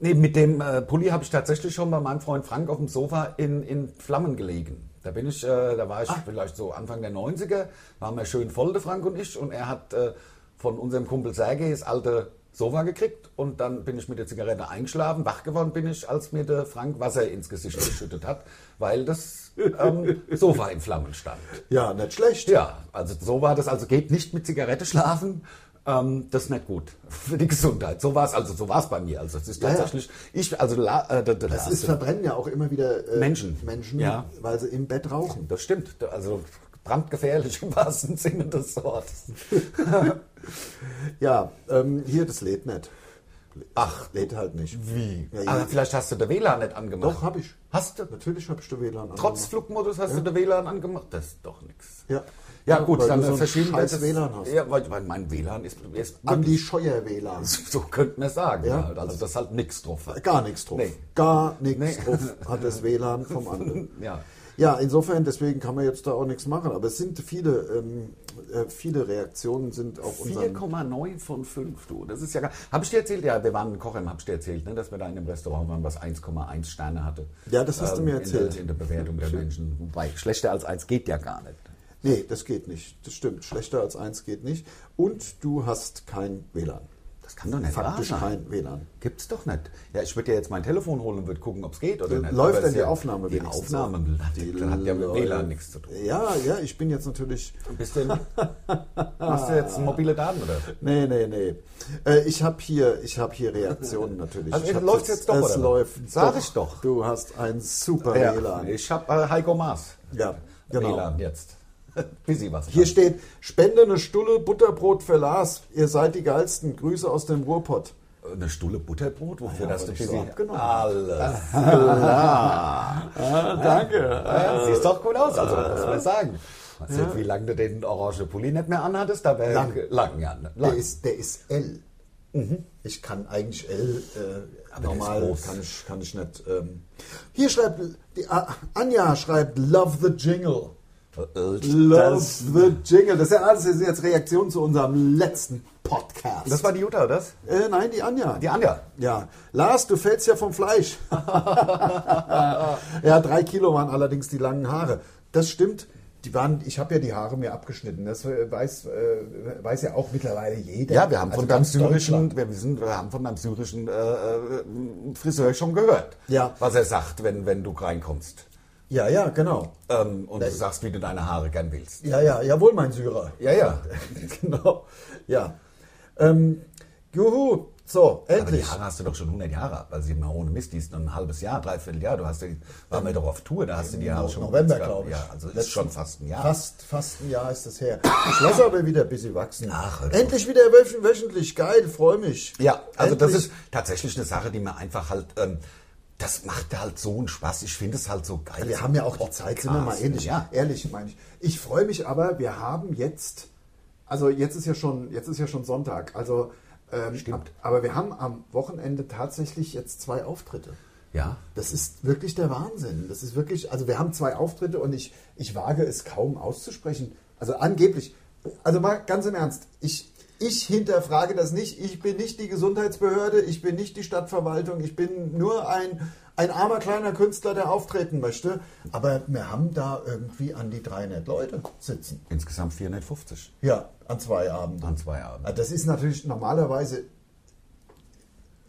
Speaker 2: nee, mit dem äh, Pulli habe ich tatsächlich schon bei meinem Freund Frank auf dem Sofa in, in Flammen gelegen. Da bin ich, äh, da war ich vielleicht so Anfang der 90er, waren wir schön voll, der Frank und ich. Und er hat äh, von unserem Kumpel Sergei das alte Sofa gekriegt und dann bin ich mit der Zigarette eingeschlafen. Wach geworden bin ich, als mir der Frank Wasser ins Gesicht geschüttet hat, weil das ähm, Sofa in Flammen stand.
Speaker 3: Ja, nicht schlecht.
Speaker 2: Ja, also so war das. Also geht nicht mit Zigarette schlafen. Ähm, das ist nicht gut für die Gesundheit. So war es also, so war es bei mir. Also es ist
Speaker 3: Ja, ja.
Speaker 2: tatsächlich, ich also la, äh, da, da,
Speaker 3: Es ist, verbrennen ja auch immer wieder äh,
Speaker 2: Menschen.
Speaker 3: Menschen
Speaker 2: Ja.
Speaker 3: weil sie im Bett rauchen.
Speaker 2: das stimmt. Da- Also brandgefährlich im wahrsten Sinne des Wortes.
Speaker 3: Ja, ähm, hier, das lädt nicht.
Speaker 2: Ach,
Speaker 3: Lädt halt nicht.
Speaker 2: wie?
Speaker 3: Ja,
Speaker 2: Aber
Speaker 3: ja.
Speaker 2: vielleicht hast du den WLAN nicht angemacht.
Speaker 3: Doch, hab ich.
Speaker 2: Hast du?
Speaker 3: Natürlich habe ich den WLAN
Speaker 2: Trotz Flugmodus hast du den WLAN angemacht? Das ist doch nichts.
Speaker 3: angemacht.
Speaker 2: Ja, gut,
Speaker 3: weil
Speaker 2: dann
Speaker 3: du so ein
Speaker 2: verschieben
Speaker 3: scheiß
Speaker 2: das-
Speaker 3: WLAN hast.
Speaker 2: Ja, weil, weil mein WLAN ist, ist
Speaker 3: An die Scheuer WLAN.
Speaker 2: so könnte man sagen.
Speaker 3: Ja.
Speaker 2: Halt. Also, dass halt nichts drauf hat.
Speaker 3: Gar nichts drauf.
Speaker 2: Nee.
Speaker 3: Gar nichts
Speaker 2: Nee.
Speaker 3: drauf hat das WLAN vom anderen.
Speaker 2: Ja.
Speaker 3: Ja, insofern, deswegen kann man jetzt da auch nichts machen. Aber es sind viele, ähm, äh, viele Reaktionen sind auf unseren...
Speaker 2: 4,9 von 5, du. Das ist ja gar. Hab ich dir erzählt? Ja, wir waren in Kochheim, hab ich dir erzählt, ne, dass wir da in einem Restaurant waren, was 1,1 Sterne hatte. Ähm,
Speaker 3: Ja, das hast du mir
Speaker 2: In
Speaker 3: erzählt.
Speaker 2: der, in der Bewertung der Menschen. Wobei, schlechter als 1 geht ja gar nicht.
Speaker 3: Nee, das geht nicht. Das stimmt. Schlechter als eins geht nicht. Und du hast kein WLAN.
Speaker 2: Das kann doch nicht
Speaker 3: Faktisch
Speaker 2: wahr sein.
Speaker 3: kein WLAN.
Speaker 2: Gibt's doch nicht. Ja, ich würde ja jetzt mein Telefon holen und würde gucken, ob es geht oder nicht.
Speaker 3: Läuft
Speaker 2: Aber
Speaker 3: denn
Speaker 2: es
Speaker 3: die
Speaker 2: ist ja-
Speaker 3: Aufnahme
Speaker 2: Die
Speaker 3: wenigstens?
Speaker 2: Aufnahme hat, hat ja mit WLAN nichts zu tun.
Speaker 3: Ja, ja, ich bin jetzt natürlich...
Speaker 2: Bist du, hast du jetzt mobile Daten oder?
Speaker 3: Nee, nee, nee. Äh, ich habe hier, ich hab hier Reaktionen natürlich.
Speaker 2: Also,
Speaker 3: Ich hab
Speaker 2: läuft's jetzt doch,
Speaker 3: Es
Speaker 2: oder was?
Speaker 3: läuft
Speaker 2: Sag
Speaker 3: doch.
Speaker 2: ich doch.
Speaker 3: Du hast ein super WLAN.
Speaker 2: Ich habe äh, Heiko Maas.
Speaker 3: Ja, genau.
Speaker 2: WLAN jetzt. Busy was.
Speaker 3: Hier steht, spende eine Stulle Butterbrot für Lars. Ihr seid die geilsten. Grüße aus dem Ruhrpott.
Speaker 2: Eine Stulle Butterbrot? Wofür
Speaker 3: Ja,
Speaker 2: hast du
Speaker 3: weil ich so
Speaker 2: Busy?
Speaker 3: abgenommen hab.
Speaker 2: Alles. Ah,
Speaker 3: danke.
Speaker 2: Ja, siehst doch gut aus, also muss man sagen. Weißt du, wie lange du den orange Pulli nicht mehr anhattest? Da wär-
Speaker 3: Lang.
Speaker 2: Lang, ja. ne?
Speaker 3: Der
Speaker 2: Lang.
Speaker 3: ist, der ist L. Ich kann eigentlich L äh,
Speaker 2: Mhm. der ist
Speaker 3: normal
Speaker 2: groß.
Speaker 3: kann ich, kann ich nicht. Ähm. Hier schreibt die, ah, Anja schreibt Love the Jingle. Love
Speaker 2: Das,
Speaker 3: the Jingle. Das ist ja alles das sind jetzt Reaktionen zu unserem letzten Podcast.
Speaker 2: das war die Jutta, oder? das?
Speaker 3: äh, nein, die Anja.
Speaker 2: Die Anja.
Speaker 3: Ja, Lars, du fällst ja vom Fleisch. ja, drei Kilo waren allerdings die langen Haare. Das stimmt. Die waren, ich habe ja die Haare mir abgeschnitten. Das äh, weiß, äh, weiß ja auch mittlerweile jeder.
Speaker 2: Ja, wir haben
Speaker 3: Also
Speaker 2: von deinem
Speaker 3: ganz
Speaker 2: syrischen,
Speaker 3: Deutschland.
Speaker 2: wir, sind, wir haben von deinem syrischen äh, äh, Friseur schon gehört,
Speaker 3: Ja.
Speaker 2: was er sagt, wenn, wenn du reinkommst
Speaker 3: Ja, ja, genau.
Speaker 2: ähm, und du sagst, wie du deine Haare gern willst.
Speaker 3: Ja, ja, jawohl, mein Syrer.
Speaker 2: Ja, ja.
Speaker 3: genau. Ja. Ähm, juhu. So,
Speaker 2: Aber die
Speaker 3: endlich.
Speaker 2: Haare hast du doch schon 100 Jahre ab, also mal ohne Mist, die ist noch ein halbes Jahr, dreiviertel Jahr, du hast die, waren wir doch auf Tour, da hast du die Haare schon
Speaker 3: November,
Speaker 2: gehabt.
Speaker 3: glaube ich.
Speaker 2: Ja, also ist
Speaker 3: Letzten-
Speaker 2: schon fast ein Jahr.
Speaker 3: Fast, fast ein Jahr ist das her. Ich lasse aber wieder ein bisschen wachsen.
Speaker 2: Ach, hör doch.
Speaker 3: Endlich wieder wöch- wöchentlich. Geil, freue mich.
Speaker 2: Ah, Ja, also das
Speaker 3: Endlich.
Speaker 2: ist tatsächlich eine Sache, die mir einfach halt, ähm, das macht halt so einen Spaß, ich finde es halt so geil.
Speaker 3: Also Wir haben ja auch die Zeit, sind wir mal ehrlich.
Speaker 2: Ja.
Speaker 3: Ehrlich meine ich. Ich freue mich aber, wir haben jetzt, also jetzt ist ja schon, jetzt ist ja schon Sonntag. Also ähm, Stimmt. Aber wir haben am Wochenende tatsächlich jetzt zwei Auftritte.
Speaker 2: ja.
Speaker 3: Das ist wirklich der Wahnsinn. Das ist wirklich, also wir haben zwei Auftritte und ich, ich wage es kaum auszusprechen. Also angeblich, also mal ganz im Ernst, ich, ich hinterfrage das nicht. Ich bin nicht die Gesundheitsbehörde, ich bin nicht die Stadtverwaltung, ich bin nur ein, ein armer kleiner Künstler, der auftreten möchte. Aber wir haben da irgendwie an die 300 Leute sitzen.
Speaker 2: Insgesamt 450
Speaker 3: Ja, an zwei Abenden.
Speaker 2: an zwei ne? Abenden.
Speaker 3: Das ist natürlich normalerweise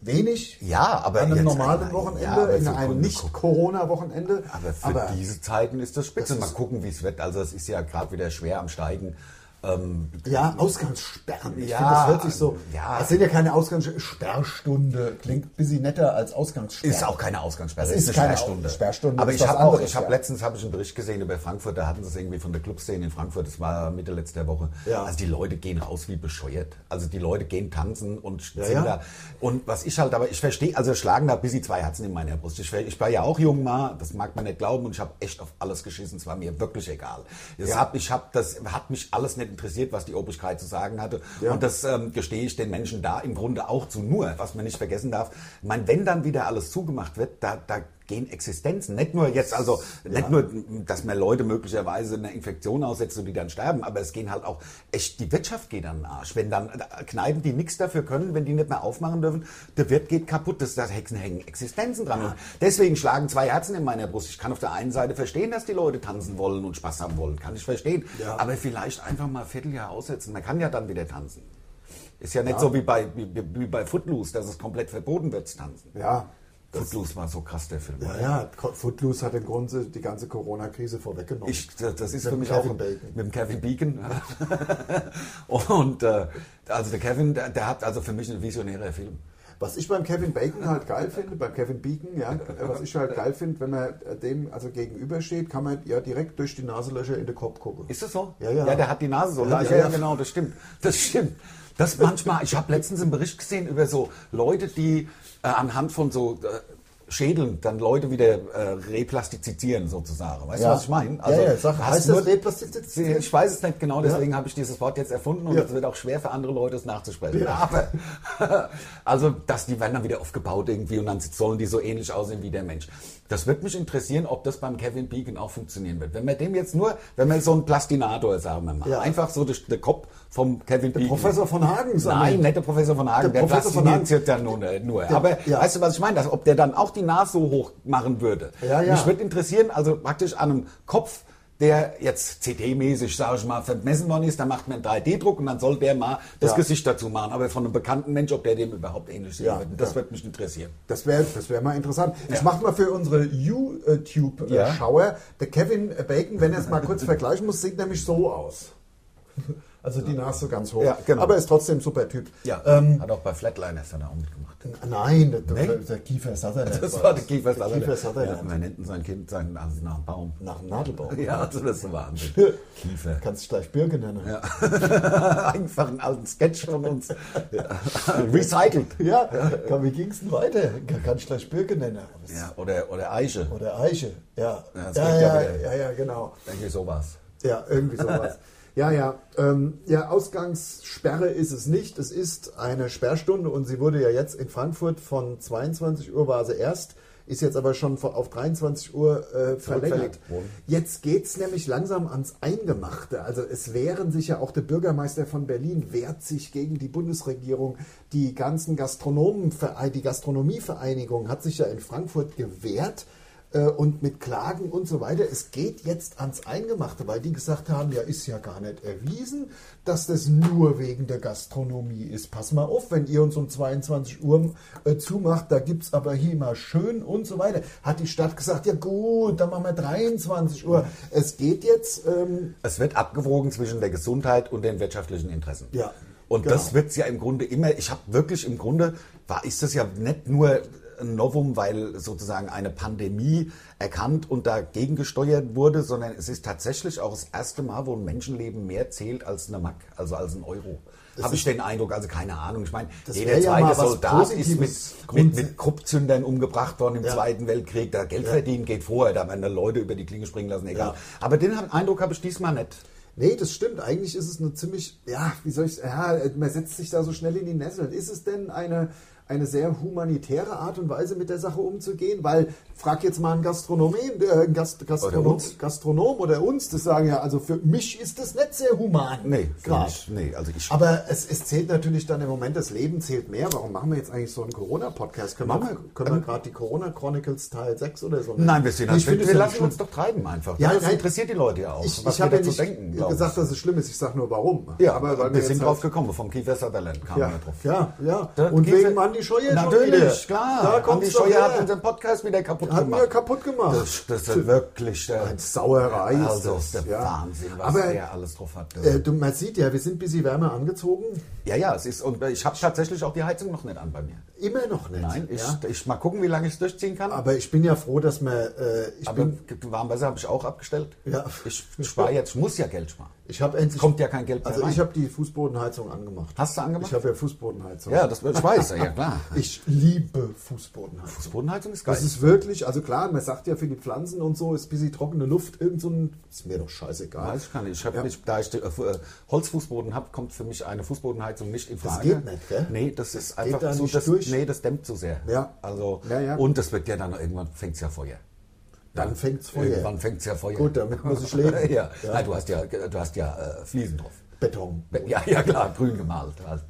Speaker 3: wenig.
Speaker 2: Ja, aber
Speaker 3: an einem
Speaker 2: jetzt-
Speaker 3: normalen
Speaker 2: ja,
Speaker 3: Wochenende,
Speaker 2: aber
Speaker 3: in
Speaker 2: für-
Speaker 3: einem Nicht-Corona-Wochenende.
Speaker 2: Aber für diese Zeiten ist das spitze. Mal gucken, wie es wird. Also es ist ja gerade wieder schwer am Steigen. Ähm,
Speaker 3: ja, Ausgangssperren. Ich
Speaker 2: Ja,
Speaker 3: finde, das hört sich so.
Speaker 2: ja.
Speaker 3: Es sind ja keine Ausgangssperrstunde. Klingt ein bisschen netter als Ausgangssperre.
Speaker 2: ist auch keine Ausgangssperre,
Speaker 3: Es
Speaker 2: ist,
Speaker 3: ist
Speaker 2: eine
Speaker 3: keine
Speaker 2: Sperrstunde.
Speaker 3: Sperrstunde,
Speaker 2: Aber
Speaker 3: ist
Speaker 2: ich
Speaker 3: was
Speaker 2: habe auch,
Speaker 3: anderes,
Speaker 2: ich habe
Speaker 3: ja.
Speaker 2: letztens habe ich einen Bericht gesehen über Frankfurt, da hatten sie es irgendwie von der Clubszene in Frankfurt, das war Mitte letzter Woche.
Speaker 3: Ja.
Speaker 2: Also die Leute gehen raus wie bescheuert. Also die Leute gehen tanzen und sind
Speaker 3: ja.
Speaker 2: da. Und was ich halt, aber ich verstehe, also schlagen da bis zwei Herzen in meiner Brust. Ich, ver- ich war ja auch jung mal, das mag man nicht glauben und ich habe echt auf alles geschissen, es war mir wirklich egal. Das hab, ich hab, das hat mich alles nicht interessiert, was die Obrigkeit zu sagen hatte.
Speaker 3: Ja.
Speaker 2: Und das das ähm, gestehe ich den Menschen da im Grunde auch zu. Nur, was man nicht vergessen darf, ich meine, wenn dann wieder alles zugemacht wird, da, da gehen Existenzen. Nicht nur jetzt, also nicht nur, dass man Leute möglicherweise einer Infektion aussetzt und die dann sterben, aber es gehen halt auch echt, die Wirtschaft geht an den Arsch. Wenn dann äh, Kneipen, die nichts dafür können, wenn die nicht mehr aufmachen dürfen, der Wirt geht kaputt. Das, da hexen- hängen Existenzen dran. Und deswegen schlagen zwei Herzen in meiner Brust. Ich kann auf der einen Seite verstehen, dass die Leute tanzen wollen und Spaß haben wollen. Kann ich verstehen.
Speaker 3: Ja.
Speaker 2: Aber vielleicht einfach mal ein Vierteljahr aussetzen. Man kann ja dann wieder tanzen. Ist ja nicht so wie bei, wie, wie bei Footloose, dass es komplett verboten wird zu tanzen.
Speaker 3: Ja.
Speaker 2: Footloose war so krass, der Film.
Speaker 3: Ja, ja, Footloose hat im Grunde die ganze Corona-Krise vorweggenommen.
Speaker 2: Ich, das das ist
Speaker 3: Mit
Speaker 2: für mich
Speaker 3: Kevin
Speaker 2: auch
Speaker 3: Bacon.
Speaker 2: mit dem Kevin Beacon. Und äh, also der Kevin, der, der hat also für mich ein visionärer Film.
Speaker 3: Was ich beim Kevin Bacon halt geil finde, beim Kevin Beacon, ja, was ich halt geil finde, wenn man dem also gegenübersteht, kann man ja direkt durch die Nasenlöcher in den Kopf gucken.
Speaker 2: Ist das so?
Speaker 3: Ja, ja.
Speaker 2: Ja, der hat die Nase so
Speaker 3: Ja,
Speaker 2: leicht.
Speaker 3: ja,
Speaker 2: Ja,
Speaker 3: ja.
Speaker 2: genau, das stimmt. Das stimmt. Das manchmal, ich habe letztens einen Bericht gesehen über so Leute, die äh, anhand von so äh, Schädeln dann Leute wieder äh, replastizieren sozusagen. Weißt
Speaker 3: Ja.
Speaker 2: du, was ich meine?
Speaker 3: Ja, ja, sag,
Speaker 2: hast
Speaker 3: heißt das
Speaker 2: nur-
Speaker 3: replastizieren?
Speaker 2: Ich weiß es nicht genau, deswegen habe ich dieses Wort jetzt erfunden und
Speaker 3: Ja.
Speaker 2: es wird auch schwer für andere Leute es nachzusprechen. Aber, also, dass die werden dann wieder aufgebaut irgendwie und dann sollen die so ähnlich aussehen wie der Mensch. Das wird mich interessieren, ob das beim Kevin Beacon auch funktionieren wird. Wenn man dem jetzt nur, wenn man so einen Plastinator, sagen wir mal,
Speaker 3: Ja.
Speaker 2: einfach so den den Kopf vom Kevin Beacon.
Speaker 3: Professor von Hagen, sag
Speaker 2: Nein,
Speaker 3: mal.
Speaker 2: nicht der Professor von Hagen,
Speaker 3: Der
Speaker 2: der,
Speaker 3: Professor von Hagen.
Speaker 2: plastiniert ja nur. nur. Aber
Speaker 3: ja.
Speaker 2: weißt du, was ich meine? Dass, ob der dann auch die Nase so hoch machen würde.
Speaker 3: Ja, ja.
Speaker 2: Mich würde interessieren, also praktisch an einem Kopf, der jetzt CT-mäßig, sage ich mal, vermessen worden ist, dann macht man einen 3D-Druck und dann soll der mal das
Speaker 3: Ja.
Speaker 2: Gesicht dazu machen. Aber von einem bekannten Mensch, ob der dem überhaupt ähnlich sehen
Speaker 3: Ja,
Speaker 2: wird. Das
Speaker 3: ja.
Speaker 2: würde mich interessieren.
Speaker 3: Das wäre das wär mal interessant. Ich
Speaker 2: Ja.
Speaker 3: mache mal für unsere YouTube-Schauer,
Speaker 2: Ja.
Speaker 3: der Kevin Bacon, wenn er es mal kurz vergleichen muss, sieht nämlich so aus. Also die Nase so ganz hoch.
Speaker 2: Ja, genau.
Speaker 3: Aber ist trotzdem ein super Typ.
Speaker 2: Ähm, hat auch bei Flatliners dann auch mitgemacht.
Speaker 3: Nein, der, der,
Speaker 2: Nee?
Speaker 3: der Kiefer Sutherland.
Speaker 2: Das war der Kiefer
Speaker 3: Der Kiefer Sutherland.
Speaker 2: Ja, man nennt sein Kind seinen also nach dem Baum.
Speaker 3: Nach dem Nadelbaum.
Speaker 2: Ja, also das ist Wahnsinn. Kiefer.
Speaker 3: Kannst dich gleich Birke nennen. Ja.
Speaker 2: Einfach einen alten Sketch von uns. Recycelt.
Speaker 3: komm, wie ging's denn weiter? Kann ich gleich Birke nennen. Aber es-
Speaker 2: Ja, oder, oder Eiche.
Speaker 3: Oder Eiche. Ja,
Speaker 2: Ja, das
Speaker 3: ja,
Speaker 2: geht ja
Speaker 3: ja,
Speaker 2: wieder.
Speaker 3: ja, ja, genau.
Speaker 2: Irgendwie sowas.
Speaker 3: Ja, irgendwie sowas. ja, ja. Ähm, ja, Ausgangssperre ist es nicht. Es ist eine Sperrstunde und sie wurde ja jetzt in Frankfurt von 22 Uhr war sie erst, ist jetzt aber schon von- auf 23 Uhr äh, verlängert.
Speaker 2: verlegt worden.
Speaker 3: Jetzt geht's nämlich langsam ans Eingemachte. Also es wehren sich ja auch der Bürgermeister von Berlin wehrt sich gegen die Bundesregierung. Die ganzen Gastronomen, die Gastronomievereinigung hat sich ja in Frankfurt gewehrt äh, und mit Klagen und so weiter. Es geht jetzt ans Eingemachte, weil die gesagt haben, ja, ist ja gar nicht erwiesen, dass das nur wegen der Gastronomie ist. Pass mal auf, wenn ihr uns um 22 Uhr äh, zumacht, da gibt es aber hier mal schön und so weiter. Hat die Stadt gesagt, ja gut, dann machen wir 23 Uhr. Es geht jetzt, ähm,
Speaker 2: Es wird abgewogen zwischen der Gesundheit und den wirtschaftlichen Interessen.
Speaker 3: Ja,
Speaker 2: Und
Speaker 3: genau.
Speaker 2: das wird es ja im Grunde immer, ich habe wirklich im Grunde, war, ist das ja nicht nur ein Novum, weil sozusagen eine Pandemie erkannt und dagegen gesteuert wurde, sondern es ist tatsächlich auch das erste Mal, wo ein Menschenleben mehr zählt als eine Mark, also als ein Euro. Habe ich den Eindruck, also keine Ahnung. Ich meine,
Speaker 3: Das
Speaker 2: jeder
Speaker 3: wär ja
Speaker 2: zweite
Speaker 3: mal was
Speaker 2: Soldat ist mit,
Speaker 3: Positives
Speaker 2: mit,
Speaker 3: Grund-
Speaker 2: mit Kruppzündern umgebracht worden im
Speaker 3: Ja.
Speaker 2: Zweiten Weltkrieg. Da Geld verdienen geht vorher, da werden da Leute über die Klinge springen lassen, egal. Aber den hab- Eindruck habe ich diesmal nicht.
Speaker 3: Nee, das stimmt. Eigentlich ist es eine ziemlich, ja, wie soll ich, ja, man setzt sich da so schnell in die Nesseln. Ist es denn eine, eine sehr humanitäre Art und Weise, mit der Sache umzugehen? Weil, frag jetzt mal einen Gastronomen, äh, einen Gast, Gastronom,
Speaker 2: Oder uns.
Speaker 3: Gastronom oder uns, das sagen ja, also für mich ist das nicht sehr human.
Speaker 2: Nee, für
Speaker 3: Grad.
Speaker 2: mich, nee, also ich.
Speaker 3: Aber es, es zählt natürlich dann im Moment, das Leben zählt mehr. Warum machen wir jetzt eigentlich so einen Corona-Podcast? Können wir, können wir gerade die Corona-Chronicles Teil 6 oder so?
Speaker 2: Ähm, Nein, wir sind
Speaker 3: ich finde,
Speaker 2: wir
Speaker 3: es ja
Speaker 2: lassen
Speaker 3: schlimm.
Speaker 2: uns doch treiben einfach.
Speaker 3: Ja,
Speaker 2: Ja, das
Speaker 3: nein.
Speaker 2: interessiert die Leute ja auch.
Speaker 3: Ich,
Speaker 2: was
Speaker 3: ich
Speaker 2: wir
Speaker 3: habe ja
Speaker 2: dazu
Speaker 3: nicht
Speaker 2: denken, glaub
Speaker 3: gesagt,
Speaker 2: ich.
Speaker 3: dass es schlimm ist. Ich sage nur, warum.
Speaker 2: ja,
Speaker 3: aber weil halt-
Speaker 2: wir sind halt drauf gekommen. Vom Kiefer Sutherland kam
Speaker 3: Ja,
Speaker 2: wir drauf.
Speaker 3: ja, ja.
Speaker 2: Dann
Speaker 3: Und
Speaker 2: Kiefer-
Speaker 3: wegen Andi Scheuer schon wieder.
Speaker 2: Natürlich, klar.
Speaker 3: Da kommt's
Speaker 2: Andi
Speaker 3: doch
Speaker 2: Scheuer hat
Speaker 3: her.
Speaker 2: unseren Podcast wieder kaputt
Speaker 3: Hat
Speaker 2: gemacht.
Speaker 3: mir kaputt gemacht.
Speaker 2: Das, das ist wirklich der,
Speaker 3: Ein Sauerei ist
Speaker 2: also,
Speaker 3: das,
Speaker 2: der
Speaker 3: ja.
Speaker 2: Wahnsinn, was
Speaker 3: Aber,
Speaker 2: der alles drauf hat.
Speaker 3: Äh, du, man sieht ja, wir sind ein bisschen wärmer angezogen.
Speaker 2: ja, ja, es ist, und ich habe tatsächlich auch die Heizung noch nicht an bei mir.
Speaker 3: Immer noch nicht.
Speaker 2: Nein, ich,
Speaker 3: ja?
Speaker 2: ich mal gucken, wie lange ich es durchziehen kann.
Speaker 3: Aber ich bin ja froh, dass man. Äh, ich
Speaker 2: Aber
Speaker 3: bin-
Speaker 2: Warmwasser habe ich auch abgestellt.
Speaker 3: Ja.
Speaker 2: Ich spare jetzt, ich muss ja Geld sparen.
Speaker 3: ich habe endlich.
Speaker 2: Kommt ja kein Geld mehr
Speaker 3: Also,
Speaker 2: rein.
Speaker 3: ich habe die Fußbodenheizung angemacht.
Speaker 2: Hast du angemacht?
Speaker 3: Ich habe ja Fußbodenheizung.
Speaker 2: Ja, das ich weiß, ja klar.
Speaker 3: Ich liebe Fußbodenheizung.
Speaker 2: Fußbodenheizung ist geil.
Speaker 3: Das ist wirklich, also klar, man sagt ja für die Pflanzen und so, ist ein bisschen trockene Luft, irgend so ein, ist mir doch scheißegal.
Speaker 2: Weiß ich gar nicht. Ich hab
Speaker 3: Ja.
Speaker 2: nicht da ich äh, Fu- äh, Holzfußboden habe, kommt für mich eine Fußbodenheizung nicht in
Speaker 3: Das
Speaker 2: Frage.
Speaker 3: geht nicht, gell?
Speaker 2: Nee, das, ist
Speaker 3: geht
Speaker 2: einfach
Speaker 3: da
Speaker 2: zu.
Speaker 3: nicht
Speaker 2: Das,
Speaker 3: durch.
Speaker 2: nee, das dämmt zu sehr.
Speaker 3: Ja.
Speaker 2: Also,
Speaker 3: Ja, ja.
Speaker 2: Und das wird ja dann irgendwann fängt es ja Feuer.
Speaker 3: Dann fängt's Feuer.
Speaker 2: Irgendwann fängt es ja Feuer.
Speaker 3: Gut, damit muss ich leben.
Speaker 2: ja.
Speaker 3: Ja.
Speaker 2: Nein, du hast ja, du hast ja äh, Fliesen drauf.
Speaker 3: Beton.
Speaker 2: Ja, ja klar, grün gemalt halt.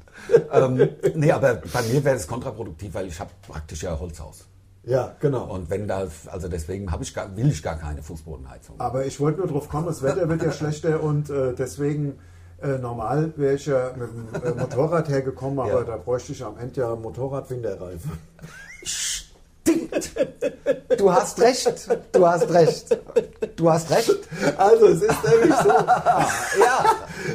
Speaker 2: ähm, nee, aber bei mir wäre es kontraproduktiv, weil ich habe praktisch ja Holzhaus.
Speaker 3: Ja, genau.
Speaker 2: Und wenn da, also deswegen habe ich gar, will ich gar keine Fußbodenheizung.
Speaker 3: Aber ich wollte nur drauf kommen, das Wetter wird ja schlechter und äh, deswegen äh, normal wäre ich ja mit dem äh, Motorrad hergekommen, aber
Speaker 2: Ja.
Speaker 3: da bräuchte ich am Ende ja Motorradwinterreifen.
Speaker 2: Ding. Du hast recht. Du hast recht. Du hast recht.
Speaker 3: Also, es ist nämlich so. ja,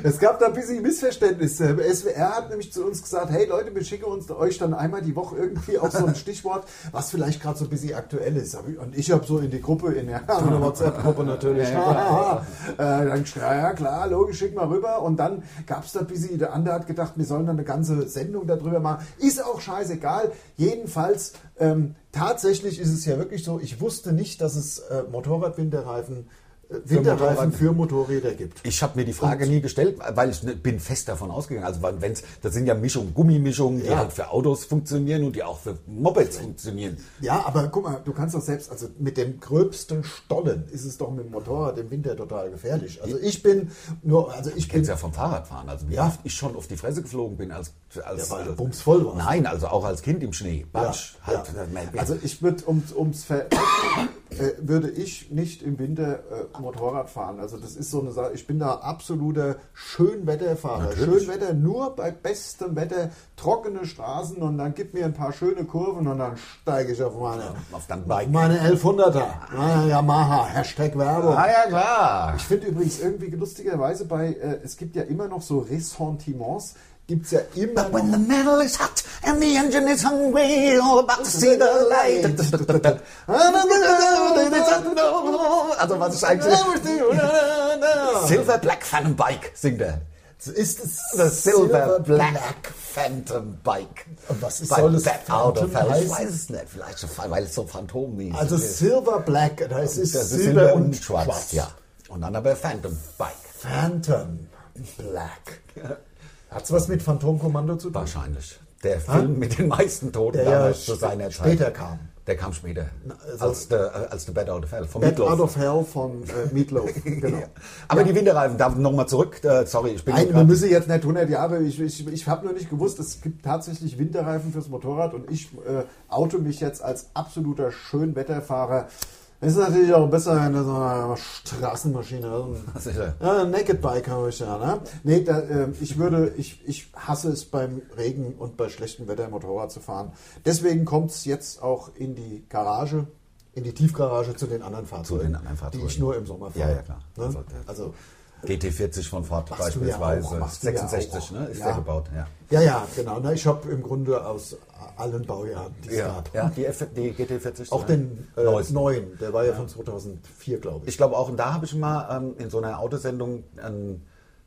Speaker 3: es gab da ein bisschen Missverständnisse. SWR hat nämlich zu uns gesagt: Hey Leute, wir schicken uns euch dann einmal die Woche irgendwie auf so ein Stichwort, was vielleicht gerade so ein bisschen aktuell ist. Hab ich- Und ich habe so in die Gruppe, in der, in der WhatsApp-Gruppe natürlich, ja, ja, äh, dann geschrieben, ja, ja, klar, logisch, schick mal rüber. Und dann gab es da ein bisschen, der andere hat gedacht, wir sollen dann eine ganze Sendung darüber machen. Ist auch scheißegal. Jedenfalls. Ähm, tatsächlich ist es ja wirklich so, ich wusste nicht, dass es äh, Motorradwinterreifen äh, Winterreifen
Speaker 2: Motorrad-
Speaker 3: für Motorräder gibt.
Speaker 2: Ich habe mir die Frage nie gestellt, weil ich ne- bin fest davon ausgegangen. Also wann- wenn's, das sind ja Mischungen, Gummimischungen, die
Speaker 3: Ja.
Speaker 2: halt für Autos funktionieren und die auch für Mopeds funktionieren.
Speaker 3: Ja, aber guck mal, du kannst doch selbst, also mit dem gröbsten Stollen ist es doch mit dem Motorrad im Winter total gefährlich. Also ich bin nur, also ich bin
Speaker 2: Kennst ja vom Fahrradfahren. Also wie oft ich schon auf die Fresse geflogen bin als als
Speaker 3: Ja, weil
Speaker 2: als-
Speaker 3: Bums voll war.
Speaker 2: Nein, also auch als Kind im Schnee. Batsch.
Speaker 3: Ja,
Speaker 2: halt,
Speaker 3: ja.
Speaker 2: man-
Speaker 3: Also ich würde ums, ums Ver äh, würde ich nicht im Winter äh, Motorrad fahren. Also das ist so eine Sache. Ich bin da absoluter Schönwetterfahrer.
Speaker 2: Natürlich.
Speaker 3: Schönwetter nur bei bestem Wetter, trockene Straßen und dann gib mir ein paar schöne Kurven und dann steige ich auf meine
Speaker 2: Auf dein Bike.
Speaker 3: meine 1100er. Ah, Yamaha. Hashtag Werbung.
Speaker 2: ah ja klar.
Speaker 3: Ich finde übrigens irgendwie lustigerweise bei äh, es gibt ja immer noch so Ressentiments. Gibt's ja immer noch
Speaker 2: When the metal is hot and the engine is hungry, all about to see the light. Also was ist eigentlich? Silver Black Phantom Bike singt er.
Speaker 3: Ist es
Speaker 2: Das Silver Black Phantom Bike.
Speaker 3: Und was ist-
Speaker 2: Bei
Speaker 3: soll es
Speaker 2: Bat Out of
Speaker 3: Phantom
Speaker 2: Hell? Ich
Speaker 3: heißen?
Speaker 2: weiß es nicht. Vielleicht, weil es so phantommäßig
Speaker 3: Also
Speaker 2: ist.
Speaker 3: Silver Black, da ist es
Speaker 2: Das ist
Speaker 3: Silber, und Schwarz.
Speaker 2: Ja. Und dann aber Phantom Bike.
Speaker 3: Phantom Black. Hat's was mit Phantomkommando zu tun?
Speaker 2: Wahrscheinlich. Der Film mit den meisten Toten
Speaker 3: Der ja
Speaker 2: damals zu
Speaker 3: sp-
Speaker 2: seiner Zeit.
Speaker 3: später kam.
Speaker 2: Der kam später.
Speaker 3: also-
Speaker 2: als der, äh, als der Bad Out of Hell. Vom
Speaker 3: Bad
Speaker 2: Meatloaf.
Speaker 3: Out of Hell von äh, Meatloaf. Genau.
Speaker 2: Aber die Winterreifen, da nochmal zurück. Äh, sorry, ich bin
Speaker 3: Nein, wir
Speaker 2: grad-
Speaker 3: müssen jetzt nicht 100 Jahre, ich, ich, ich habe nur nicht gewusst, es gibt tatsächlich Winterreifen fürs Motorrad und ich äh, oute mich jetzt als absoluter Schönwetterfahrer. Ist natürlich auch besser in so einer Straßenmaschine.
Speaker 2: Das ist ja-
Speaker 3: Ja, Naked Bike habe ich ja, ne? Nee, da, äh, ich würde, ich, ich hasse es beim Regen und bei schlechtem Wetter Motorrad zu fahren. Deswegen kommt es jetzt auch in die Garage, in die Tiefgarage zu den anderen Fahrzeugen,
Speaker 2: den anderen Fahrzeugen.
Speaker 3: die ich nur im Sommer
Speaker 2: Ja,
Speaker 3: fahre.
Speaker 2: ja, klar.
Speaker 3: Ne?
Speaker 2: Also,
Speaker 3: Also,
Speaker 2: der- GT40 von Ford
Speaker 3: Machst du ja
Speaker 2: beispielsweise.
Speaker 3: auch, machst du ja
Speaker 2: 66,
Speaker 3: auch.
Speaker 2: ne? Ist
Speaker 3: Ja.
Speaker 2: der gebaut, ja.
Speaker 3: ja, ja, genau. Ne? Ich habe im Grunde aus allen Baujahren, die es
Speaker 2: Ja,
Speaker 3: gab.
Speaker 2: ja die, F die GT40.
Speaker 3: Auch
Speaker 2: ne?
Speaker 3: den äh,
Speaker 2: Neuesten.
Speaker 3: neuen, der war ja von 2004, glaube ich.
Speaker 2: Ich glaube, auch da habe ich mal ähm, in so einer Autosendung einen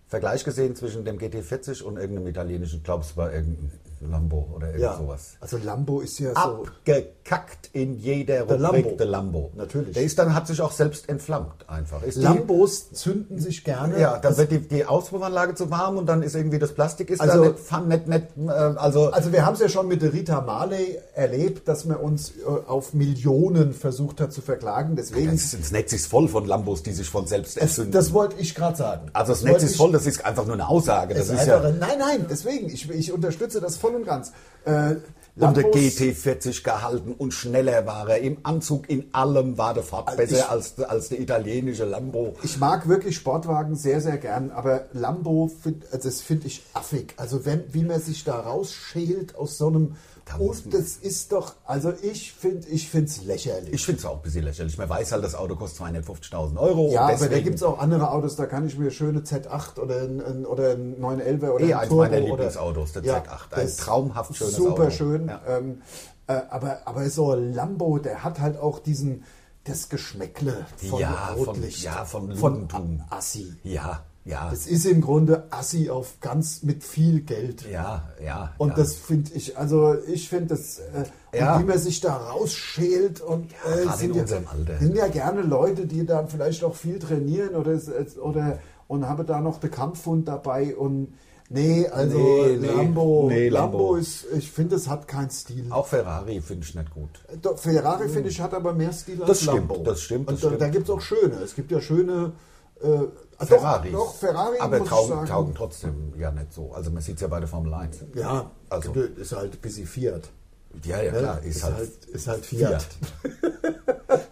Speaker 2: Vergleich gesehen zwischen dem GT40 und irgendeinem italienischen, ich glaube, es war irgendein Lambo oder irgend
Speaker 3: ja,
Speaker 2: sowas.
Speaker 3: also Lambo ist ja so.
Speaker 2: Abgekackt in jeder
Speaker 3: Der
Speaker 2: Rubrik
Speaker 3: Lambo.
Speaker 2: der Lambo.
Speaker 3: Natürlich.
Speaker 2: Der ist dann, hat sich auch selbst entflammt einfach. Ist die-
Speaker 3: Lambos zünden sich gerne.
Speaker 2: Ja, dann wird die, die Auspuffanlage zu warm und dann ist irgendwie das Plastik ist
Speaker 3: Also-
Speaker 2: dann nicht, fun- nicht, nicht äh, also,
Speaker 3: Also wir haben es ja schon mit der Rita Marley erlebt, dass man uns äh, auf Millionen versucht hat zu verklagen. Deswegen,
Speaker 2: das, das Netz ist voll von Lambos, die sich von selbst
Speaker 3: das,
Speaker 2: entzünden.
Speaker 3: das wollte ich gerade sagen.
Speaker 2: genau. also das Netz
Speaker 3: wollte
Speaker 2: ist
Speaker 3: ich-
Speaker 2: voll, das ist einfach nur eine Aussage. Das
Speaker 3: Das
Speaker 2: ist
Speaker 3: ist
Speaker 2: ja,
Speaker 3: einfach, nein, nein, deswegen, ich, ich unterstütze das voll und ganz. Äh,
Speaker 2: Und der
Speaker 3: Lambos-
Speaker 2: GT40 gehalten und schneller war er. Im Anzug, in allem war der Ford
Speaker 3: Also
Speaker 2: besser
Speaker 3: ich-
Speaker 2: als, als der italienische Lambo.
Speaker 3: Ich mag wirklich Sportwagen sehr, sehr gern, aber Lambo, find, also das finde ich affig. Also wenn, wie man sich da rausschält aus so einem...
Speaker 2: Da
Speaker 3: Oh,
Speaker 2: muss man-
Speaker 3: das ist doch, also ich finde ich find's lächerlich.
Speaker 2: Ich finde es auch ein bisschen lächerlich. Man weiß halt, das Auto kostet 250.000 Euro.
Speaker 3: ja,
Speaker 2: und
Speaker 3: aber da
Speaker 2: deswegen-
Speaker 3: gibt es auch andere Autos, da kann ich mir schöne Z8 oder ein, ein, oder ein 911 oder
Speaker 2: Eh,
Speaker 3: ein
Speaker 2: eins
Speaker 3: Turbo
Speaker 2: meiner
Speaker 3: oder-
Speaker 2: Lieblingsautos, der Z8. Ein
Speaker 3: das
Speaker 2: traumhaft schönes
Speaker 3: super
Speaker 2: Auto.
Speaker 3: schön.
Speaker 2: Ja.
Speaker 3: Ähm, äh, aber, aber so Lambo, der hat halt auch diesen, das Geschmäckle von
Speaker 2: Ja, von-
Speaker 3: Rotlicht.
Speaker 2: ja, von Ludentum.
Speaker 3: A- Assi.
Speaker 2: Ja, ja.
Speaker 3: Das ist im Grunde Assi auf ganz mit viel Geld.
Speaker 2: ja, ja.
Speaker 3: Und
Speaker 2: ja.
Speaker 3: das finde ich, also ich finde das, äh,
Speaker 2: Ja.
Speaker 3: und wie man sich da rausschält und
Speaker 2: Ja,
Speaker 3: äh,
Speaker 2: gerade in
Speaker 3: sind, ja,
Speaker 2: unserem Alter.
Speaker 3: sind ja gerne Leute, die da vielleicht auch viel trainieren oder, es- es- oder und habe da noch den Kampfhund dabei und nee, also
Speaker 2: Nee, nee.
Speaker 3: Lambo,
Speaker 2: Nee,
Speaker 3: Lambo.
Speaker 2: Lambo.
Speaker 3: ist, ich finde, es hat keinen Stil.
Speaker 2: auch Ferrari finde ich nicht gut.
Speaker 3: Doch, Ferrari, finde ich, hat aber mehr Stil als
Speaker 2: Oh. Das stimmt,
Speaker 3: Lambo.
Speaker 2: das stimmt, das
Speaker 3: und da- da
Speaker 2: stimmt.
Speaker 3: gibt es auch schöne. Es gibt ja schöne äh, doch,
Speaker 2: Ferrari.
Speaker 3: Doch, Ferrari
Speaker 2: aber
Speaker 3: muss ich
Speaker 2: taugen,
Speaker 3: sagen.
Speaker 2: taugen trotzdem ja nicht so. Also man sieht es ja bei der Formel 1.
Speaker 3: Ja,
Speaker 2: Also-
Speaker 3: also ist halt ein bisschen Fiat.
Speaker 2: Ja, ja,
Speaker 3: ne?
Speaker 2: klar. Ist, halt,
Speaker 3: ist halt
Speaker 2: Fiat.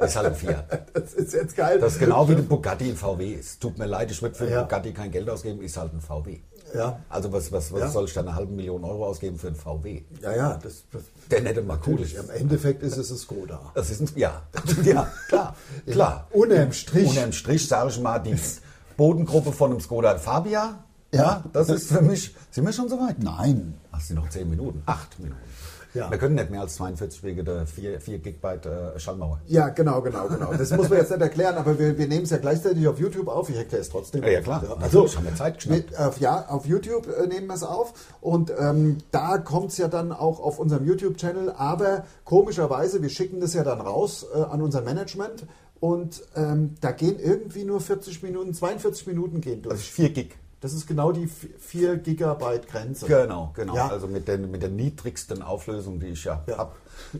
Speaker 2: Ist halt ein Fiat.
Speaker 3: Das ist jetzt geil.
Speaker 2: genau- Das ist genau wie ein Bugatti ein VW ist. Tut mir leid, ich würde für einen
Speaker 3: Ja.
Speaker 2: Bugatti kein Geld ausgeben, ist halt ein VW.
Speaker 3: Ja.
Speaker 2: Also was, was, was
Speaker 3: Ja.
Speaker 2: soll ich da eine halbe Million Euro ausgeben für einen VW?
Speaker 3: Ja, ja, das, das
Speaker 2: Der nette mal cool ist.
Speaker 3: Im Endeffekt ist es ein Skoda.
Speaker 2: Das ist ein, ja, ja, klar, klar.
Speaker 3: Unterm Strich.
Speaker 2: Unterm Strich sage ich mal, die Bodengruppe von einem Skoda Fabia, ja,
Speaker 3: Ja.
Speaker 2: das ist für mich, sind wir schon so weit?
Speaker 3: Nein.
Speaker 2: Ach, sind noch 10 Minuten, 8 Minuten.
Speaker 3: Ja.
Speaker 2: Wir können nicht mehr als 42 wegen der 4, 4 Gigabyte äh, Schallmauer.
Speaker 3: Ja, genau, genau, genau. Das muss man jetzt nicht erklären, aber wir, wir nehmen es ja gleichzeitig auf YouTube auf. Ich erkläre es trotzdem.
Speaker 2: Ja, ja, klar.
Speaker 3: Also,
Speaker 2: Natürlich haben wir Zeit
Speaker 3: wir,
Speaker 2: geschnappt.
Speaker 3: auf, ja, auf YouTube äh, nehmen wir es auf und ähm, da kommt es ja dann auch auf unserem YouTube-Channel. Aber komischerweise, wir schicken das ja dann raus äh, an unser Management und ähm, da gehen irgendwie nur 40 Minuten, 42 Minuten gehen
Speaker 2: Das
Speaker 3: durch.
Speaker 2: ist 4 Gig.
Speaker 3: Das ist genau die 4 Gigabyte Grenze.
Speaker 2: Genau, genau.
Speaker 3: Ja.
Speaker 2: Also mit, den, mit der niedrigsten Auflösung, die ich ja,
Speaker 3: Ja.
Speaker 2: habe.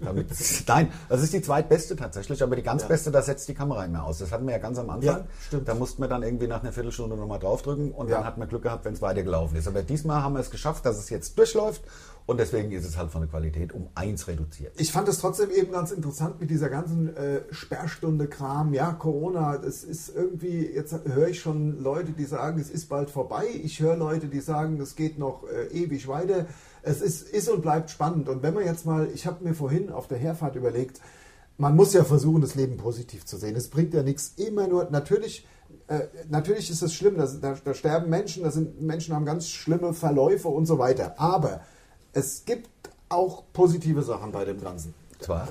Speaker 2: Damit, nein, das ist die zweitbeste tatsächlich, aber die ganz
Speaker 3: Ja.
Speaker 2: beste, da setzt die Kamera nicht mehr aus. Das hatten wir ja ganz am Anfang.
Speaker 3: Ja, stimmt.
Speaker 2: Da mussten wir dann irgendwie nach einer Viertelstunde nochmal draufdrücken und dann
Speaker 3: Ja.
Speaker 2: hat man Glück gehabt, wenn es weitergelaufen ist. Aber diesmal haben wir es geschafft, dass es jetzt durchläuft und deswegen ist es halt von der Qualität um eins reduziert.
Speaker 3: Ich fand es trotzdem eben ganz interessant mit dieser ganzen äh, Sperrstunde-Kram. Ja, Corona, das ist irgendwie, jetzt höre ich schon Leute, die sagen, es ist bald vorbei. Ich höre Leute, die sagen, es geht noch äh, ewig weiter. Es ist, ist und bleibt spannend. Und wenn man jetzt mal, ich habe mir vorhin auf der Herfahrt überlegt, man muss ja versuchen, das Leben positiv zu sehen. Es bringt ja nichts. Immer nur, natürlich, äh, natürlich ist es schlimm, da, da, da sterben Menschen, da sind, Menschen haben ganz schlimme Verläufe und so weiter. Aber es gibt auch positive Sachen bei dem Ganzen.
Speaker 2: Zwar,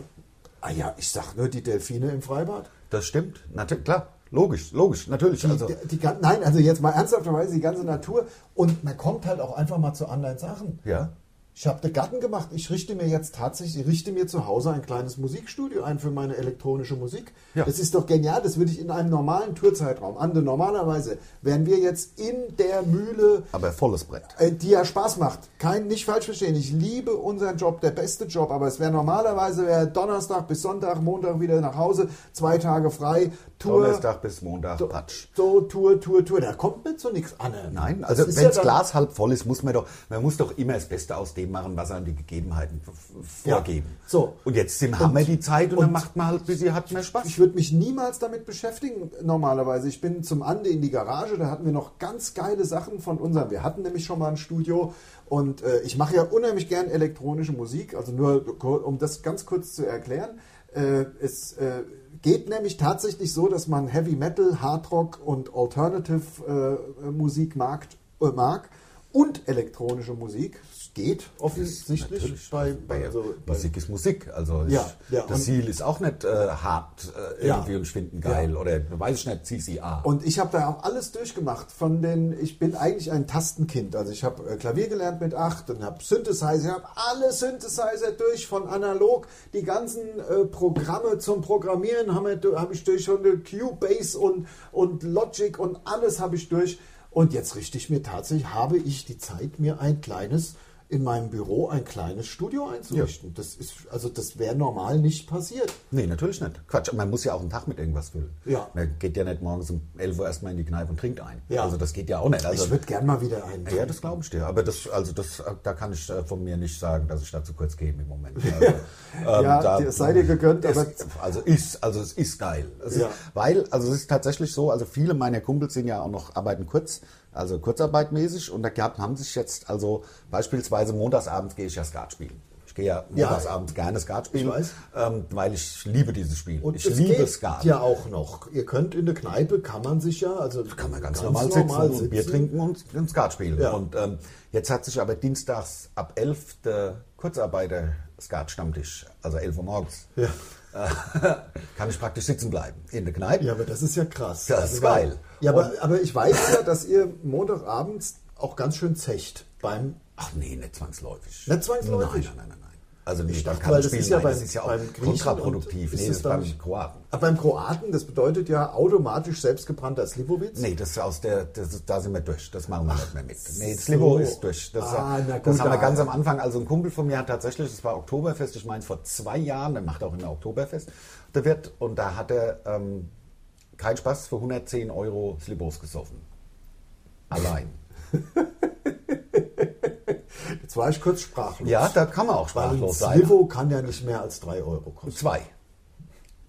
Speaker 3: Ah ja, ich sag nur die Delfine im Freibad.
Speaker 2: das stimmt, natürlich, klar, logisch, logisch, natürlich.
Speaker 3: Die,
Speaker 2: also,
Speaker 3: die, die, gan- nein, also jetzt mal ernsthafterweise die ganze Natur. Und man kommt halt auch einfach mal zu anderen Sachen.
Speaker 2: ja.
Speaker 3: Ich habe den Garten gemacht. Ich richte mir jetzt tatsächlich, ich richte mir zu Hause ein kleines Musikstudio ein für meine elektronische Musik.
Speaker 2: Ja.
Speaker 3: Das ist doch genial. Das würde ich in einem normalen Tourzeitraum. Ande, normalerweise wären wir jetzt in der Mühle,
Speaker 2: Aber volles Brett.
Speaker 3: äh, die ja Spaß macht. Kein, nicht falsch verstehen. Ich liebe unseren Job, der beste Job. Aber es wäre normalerweise wäre Donnerstag bis Sonntag, Montag wieder nach Hause, zwei Tage frei, Tour.
Speaker 2: Donnerstag bis Montag, Patsch.
Speaker 3: So, Tour, Tour, Tour. Da kommt mir zu nichts an.
Speaker 2: Nein, also
Speaker 3: Das
Speaker 2: wenn
Speaker 3: ist
Speaker 2: das
Speaker 3: ja dann-
Speaker 2: Glas halb voll ist, muss man doch, man muss doch immer das Beste aus dem machen, was einem die Gegebenheiten v- vorgeben.
Speaker 3: Ja, so.
Speaker 2: Und jetzt sind, haben
Speaker 3: Und-
Speaker 2: wir die Zeit und,
Speaker 3: und-
Speaker 2: dann macht man halt, bis sie hat mehr Spaß.
Speaker 3: Ich würde mich niemals damit beschäftigen, normalerweise. Ich bin zum Ande in die Garage, da hatten wir noch ganz geile Sachen von unserem. Wir hatten nämlich schon mal ein Studio und äh, ich mache ja unheimlich gern elektronische Musik. Also nur, kur- um das ganz kurz zu erklären, äh, es äh, geht nämlich tatsächlich so, dass man Heavy Metal, Hard Rock und Alternative äh, Musik mag, äh, mag und elektronische Musik. Es geht offensichtlich bei, bei, also, bei
Speaker 2: Musik ist Musik. Also ich,
Speaker 3: Ja, ja,
Speaker 2: das
Speaker 3: und-
Speaker 2: Ziel ist auch nicht äh, hart äh,
Speaker 3: Ja.
Speaker 2: irgendwie und schwinden geil oder weiß ich nicht, CCA.
Speaker 3: Und ich habe da auch alles durchgemacht. Von den, ich bin eigentlich ein Tastenkind. Also ich habe äh, Klavier gelernt mit 8 und habe Synthesizer, habe alle Synthesizer durch, von analog. Die ganzen äh, Programme zum Programmieren habe hab ich durch und äh, Cubase und, und Logic und alles habe ich durch. Und jetzt richte ich mir tatsächlich, habe ich die Zeit, mir ein kleines in meinem Büro ein kleines Studio einzurichten. Das ist also das wäre normal nicht passiert.
Speaker 2: Nee, natürlich nicht. Quatsch, man muss ja auch einen Tag mit irgendwas füllen.
Speaker 3: Ja.
Speaker 2: Man geht ja nicht morgens um 11 Uhr erstmal in die Kneipe und trinkt ein.
Speaker 3: Ja.
Speaker 2: Also das geht ja auch nicht. Also,
Speaker 3: ich würde gern mal wieder einen.
Speaker 2: Ja, das glaube ich dir. Aber das, also das, äh, da kann ich äh, von mir nicht sagen, dass ich dazu kurz käme im Moment. Also, ähm,
Speaker 3: Ja, dir- es sei dir gegönnt,
Speaker 2: es-
Speaker 3: aber-
Speaker 2: also ist, also es ist geil. Es
Speaker 3: Ja.
Speaker 2: ist, weil, also es ist tatsächlich so, also viele meiner Kumpels sind ja auch noch arbeiten kurz, also kurzarbeitmäßig und da gehabt haben sich jetzt, also beispielsweise montagsabends gehe ich ja Skat spielen. Ich gehe ja
Speaker 3: Ja.
Speaker 2: montagsabends gerne Skat spielen,
Speaker 3: weiß.
Speaker 2: Ähm, weil ich liebe dieses Spiel.
Speaker 3: Und
Speaker 2: ich
Speaker 3: es
Speaker 2: liebe
Speaker 3: geht
Speaker 2: Skat.
Speaker 3: ja auch noch. Ihr könnt in der Kneipe, kann man sich ja, also kann
Speaker 2: man ganz, normal, sitzen, und Bier trinken und, und Skat spielen.
Speaker 3: Ja.
Speaker 2: Und ähm, jetzt hat sich aber dienstags ab 11 der Kurzarbeiter-Skat-Stammtisch, also 11 Uhr morgens,
Speaker 3: Ja.
Speaker 2: äh, kann ich praktisch sitzen bleiben in der Kneipe.
Speaker 3: Ja, aber das ist ja krass. Also
Speaker 2: Das ist geil.
Speaker 3: Ja, aber, aber ich weiß ja, dass ihr montagabends auch ganz schön zecht beim
Speaker 2: Ach nee, nicht zwangsläufig.
Speaker 3: Nicht zwangsläufig?
Speaker 2: Nein, nein, nein, nein. nein. Also nicht,
Speaker 3: dachte,
Speaker 2: da kann
Speaker 3: weil
Speaker 2: man
Speaker 3: das
Speaker 2: spielen.
Speaker 3: ist ja
Speaker 2: nein,
Speaker 3: beim-
Speaker 2: das ist ja
Speaker 3: beim
Speaker 2: auch
Speaker 3: Griechen
Speaker 2: kontraproduktiv.
Speaker 3: und- ist
Speaker 2: nee,
Speaker 3: es
Speaker 2: das ist beim
Speaker 3: dann-
Speaker 2: Kroaten.
Speaker 3: Aber äh, beim Kroaten, das bedeutet ja automatisch selbstgebrannter Slivovitz.
Speaker 2: Nee, das ist aus der, das ist, da sind wir durch. Das machen wir nicht mehr mit. Nee, das
Speaker 3: so.
Speaker 2: Limo ist durch. Das,
Speaker 3: Ah, na gut,
Speaker 2: das haben wir
Speaker 3: da-
Speaker 2: ganz am Anfang. Also ein Kumpel von mir hat tatsächlich, das war Oktoberfest, ich meine vor zwei Jahren, der macht auch immer Oktoberfest, der Wirt, und da hat er ähm, keinen Spaß für 110 Euro Slibos gesoffen. Allein.
Speaker 3: Jetzt war ich kurz sprachlos.
Speaker 2: ja, da kann man auch
Speaker 3: Weil ein
Speaker 2: sprachlos sein.
Speaker 3: Slivo kann ja nicht mehr als 3 Euro kosten.
Speaker 2: Zwei.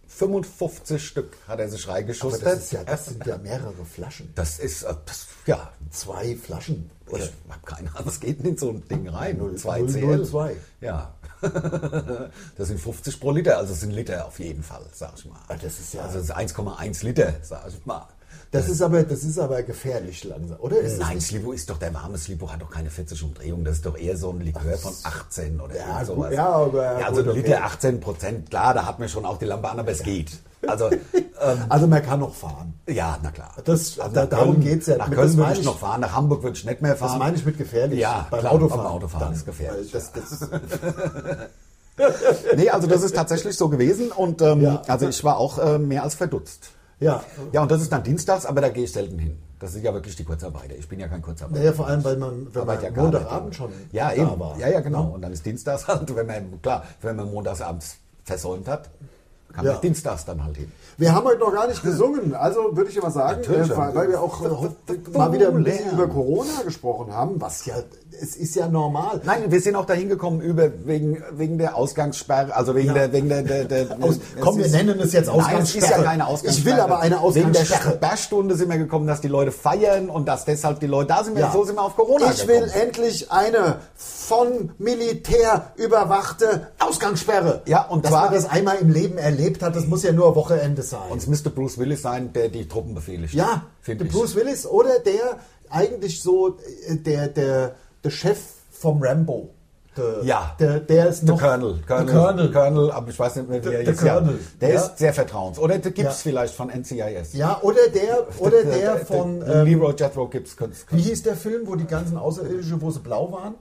Speaker 2: 55 Stück hat er sich
Speaker 3: Aber
Speaker 2: reingeschustert.
Speaker 3: das, ist ja, das sind ja mehrere Flaschen.
Speaker 2: Das ist, äh, das, ja,
Speaker 3: Zwei Flaschen.
Speaker 2: ich habe keine Ahnung, was geht denn in so ein Ding rein?
Speaker 3: Null-
Speaker 2: 2
Speaker 3: null-
Speaker 2: CL.
Speaker 3: null zwei.
Speaker 2: Ja. das sind 50 pro Liter, also das sind Liter auf jeden Fall, sag ich mal.
Speaker 3: Ah, das ist ja-
Speaker 2: Also das ist 1,1 Liter, sag ich mal.
Speaker 3: Das ist aber, das ist aber gefährlich langsam, oder? Ist es
Speaker 2: Nein, Slibo ist doch, der warme Slibo hat doch keine 40 Umdrehungen, das ist doch eher so ein Likör von 18 oder
Speaker 3: Ja,
Speaker 2: irgend
Speaker 3: gut,
Speaker 2: sowas.
Speaker 3: ja, aber-
Speaker 2: ja, also
Speaker 3: gut,
Speaker 2: ein
Speaker 3: okay.
Speaker 2: Liter 18 Prozent, klar, da hat man schon auch die Lampe an, aber es geht. Also, ähm,
Speaker 3: Also man kann noch fahren.
Speaker 2: ja, na klar.
Speaker 3: Das-
Speaker 2: Also
Speaker 3: da-
Speaker 2: nach
Speaker 3: darum
Speaker 2: Köln-
Speaker 3: geht's ja.
Speaker 2: Nach
Speaker 3: Mit-
Speaker 2: Köln
Speaker 3: das
Speaker 2: würde
Speaker 3: meine
Speaker 2: ich
Speaker 3: ich-
Speaker 2: noch fahren, nach Hamburg würde ich nicht mehr fahren.
Speaker 3: Das meine ich mit gefährlich.
Speaker 2: Ja,
Speaker 3: beim
Speaker 2: klar,
Speaker 3: Autofahren.
Speaker 2: beim Autofahren ist gefährlich,
Speaker 3: weil Das, äh, das,
Speaker 2: Nee, also das ist tatsächlich so gewesen und ähm,
Speaker 3: Ja.
Speaker 2: also ich war auch äh, mehr als verdutzt.
Speaker 3: ja.
Speaker 2: Ja, und das ist dann dienstags, aber da gehe ich selten hin. Das sind ja wirklich die Kurzarbeiter. Ich bin ja kein Kurzarbeiter.
Speaker 3: Naja, vor allem, weil man, wenn man
Speaker 2: Arbeit ja gar
Speaker 3: Montagabend
Speaker 2: nicht.
Speaker 3: schon
Speaker 2: ja,
Speaker 3: da
Speaker 2: eben.
Speaker 3: war.
Speaker 2: Ja, ja, genau. Und dann ist dienstags halt, wenn man, klar, wenn man montagsabends versäumt hat, kann
Speaker 3: Ja.
Speaker 2: man dienstags dann halt hin.
Speaker 3: Wir haben heute noch gar nicht gesungen, also würde ich immer sagen, äh,
Speaker 2: Natürlich.
Speaker 3: weil weil wir auch äh, ho- mal wieder ein bisschen über Corona gesprochen haben, was ja, es ist ja normal.
Speaker 2: Nein, wir sind auch dahin gekommen über wegen, wegen der Ausgangssperre, also wegen
Speaker 3: Ja.
Speaker 2: der wegen der, der, der
Speaker 3: Aus-
Speaker 2: es
Speaker 3: komm, wir nennen es
Speaker 2: Nein, es ist
Speaker 3: jetzt
Speaker 2: ja
Speaker 3: Ausgangssperre.
Speaker 2: keine Ausgangssperre.
Speaker 3: Ich will aber eine
Speaker 2: Wegen der
Speaker 3: Ausgangssperre.
Speaker 2: Sperrstunde sind wir gekommen, dass die Leute feiern und dass deshalb die Leute da sind. Wir,
Speaker 3: Ja.
Speaker 2: So sind wir auf Corona
Speaker 3: Ich will
Speaker 2: gekommen.
Speaker 3: endlich eine von Militär überwachte Ausgangssperre.
Speaker 2: Ja, und
Speaker 3: dass
Speaker 2: zwar-
Speaker 3: man das einmal im Leben erlebt hat, das muss ja nur Wochenende sein.
Speaker 2: und es müsste Bruce Willis sein, der die Truppen befehligt.
Speaker 3: Ja,
Speaker 2: finde
Speaker 3: der
Speaker 2: ich.
Speaker 3: Bruce Willis oder der eigentlich so äh, der, der, der Chef vom Rambo. Der,
Speaker 2: Ja.
Speaker 3: Der, der ist
Speaker 2: Der
Speaker 3: noch.
Speaker 2: Colonel, Colonel,
Speaker 3: Der Colonel.
Speaker 2: Colonel, aber ich weiß nicht mehr, wie
Speaker 3: Der-
Speaker 2: er
Speaker 3: der
Speaker 2: jetzt ja.
Speaker 3: Colonel,
Speaker 2: Der
Speaker 3: ja.
Speaker 2: ist sehr vertrauens. Oder der Gibbs
Speaker 3: Ja.
Speaker 2: vielleicht von NCIS.
Speaker 3: Ja, oder der, oder der von. Ähm,
Speaker 2: Leroy Jethro Gibbs. Kunst-
Speaker 3: wie hieß der Film, wo die ganzen Außerirdische, wo sie blau waren?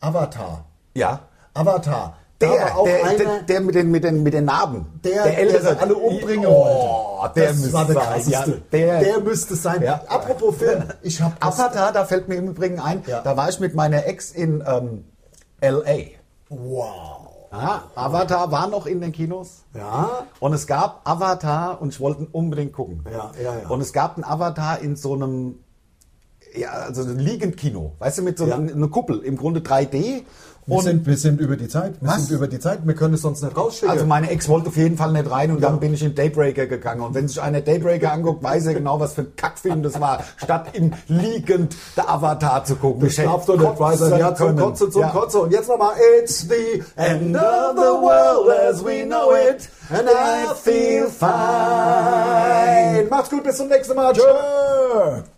Speaker 3: Avatar.
Speaker 2: Ja.
Speaker 3: Avatar. Da
Speaker 2: Der,
Speaker 3: war auch
Speaker 2: der,
Speaker 3: einer,
Speaker 2: der, der, mit den, mit den, mit den Narben.
Speaker 3: der, der, sie alle umbringen
Speaker 2: oh,
Speaker 3: wollte.
Speaker 2: Der
Speaker 3: das
Speaker 2: müsste
Speaker 3: war der
Speaker 2: sein.
Speaker 3: krasseste.
Speaker 2: Ja,
Speaker 3: der,
Speaker 2: der,
Speaker 3: müsste sein.
Speaker 2: Ja.
Speaker 3: Apropos Film, ich habe
Speaker 2: Avatar, da fällt mir im Übrigen ein,
Speaker 3: Ja.
Speaker 2: da war ich mit meiner Ex in ähm, L.A.
Speaker 3: Wow.
Speaker 2: Aha, Avatar war noch in den Kinos.
Speaker 3: Ja.
Speaker 2: Und es gab Avatar und ich wollte ihn unbedingt gucken.
Speaker 3: Ja, ja, ja.
Speaker 2: Und es gab einen Avatar in so einem, ja, also einem Liegendkino, weißt du, mit so
Speaker 3: Ja.
Speaker 2: einer einer Kuppel, im Grunde 3D.
Speaker 3: Wir
Speaker 2: Und
Speaker 3: sind, wir sind über die Zeit. Wir
Speaker 2: Was?
Speaker 3: sind über die Zeit. Wir können es sonst nicht rausschicken.
Speaker 2: also meine Ex wollte auf jeden Fall nicht rein und
Speaker 3: Ja.
Speaker 2: dann bin ich in Daybreaker gegangen. Und wenn sich einer Daybreaker anguckt, weiß er genau, was für ein Kackfilm das war, statt im Liegend der Avatar zu gucken. Ich hätte
Speaker 3: Schnappt und nicht weiter.
Speaker 2: kotzen
Speaker 3: Ja, zum
Speaker 2: können.
Speaker 3: Kotze, zum
Speaker 2: Ja.
Speaker 3: Kotze. Und jetzt nochmal. It's the end of the world as we know it. And I feel fine. Macht's gut, bis zum nächsten Mal. Tschö.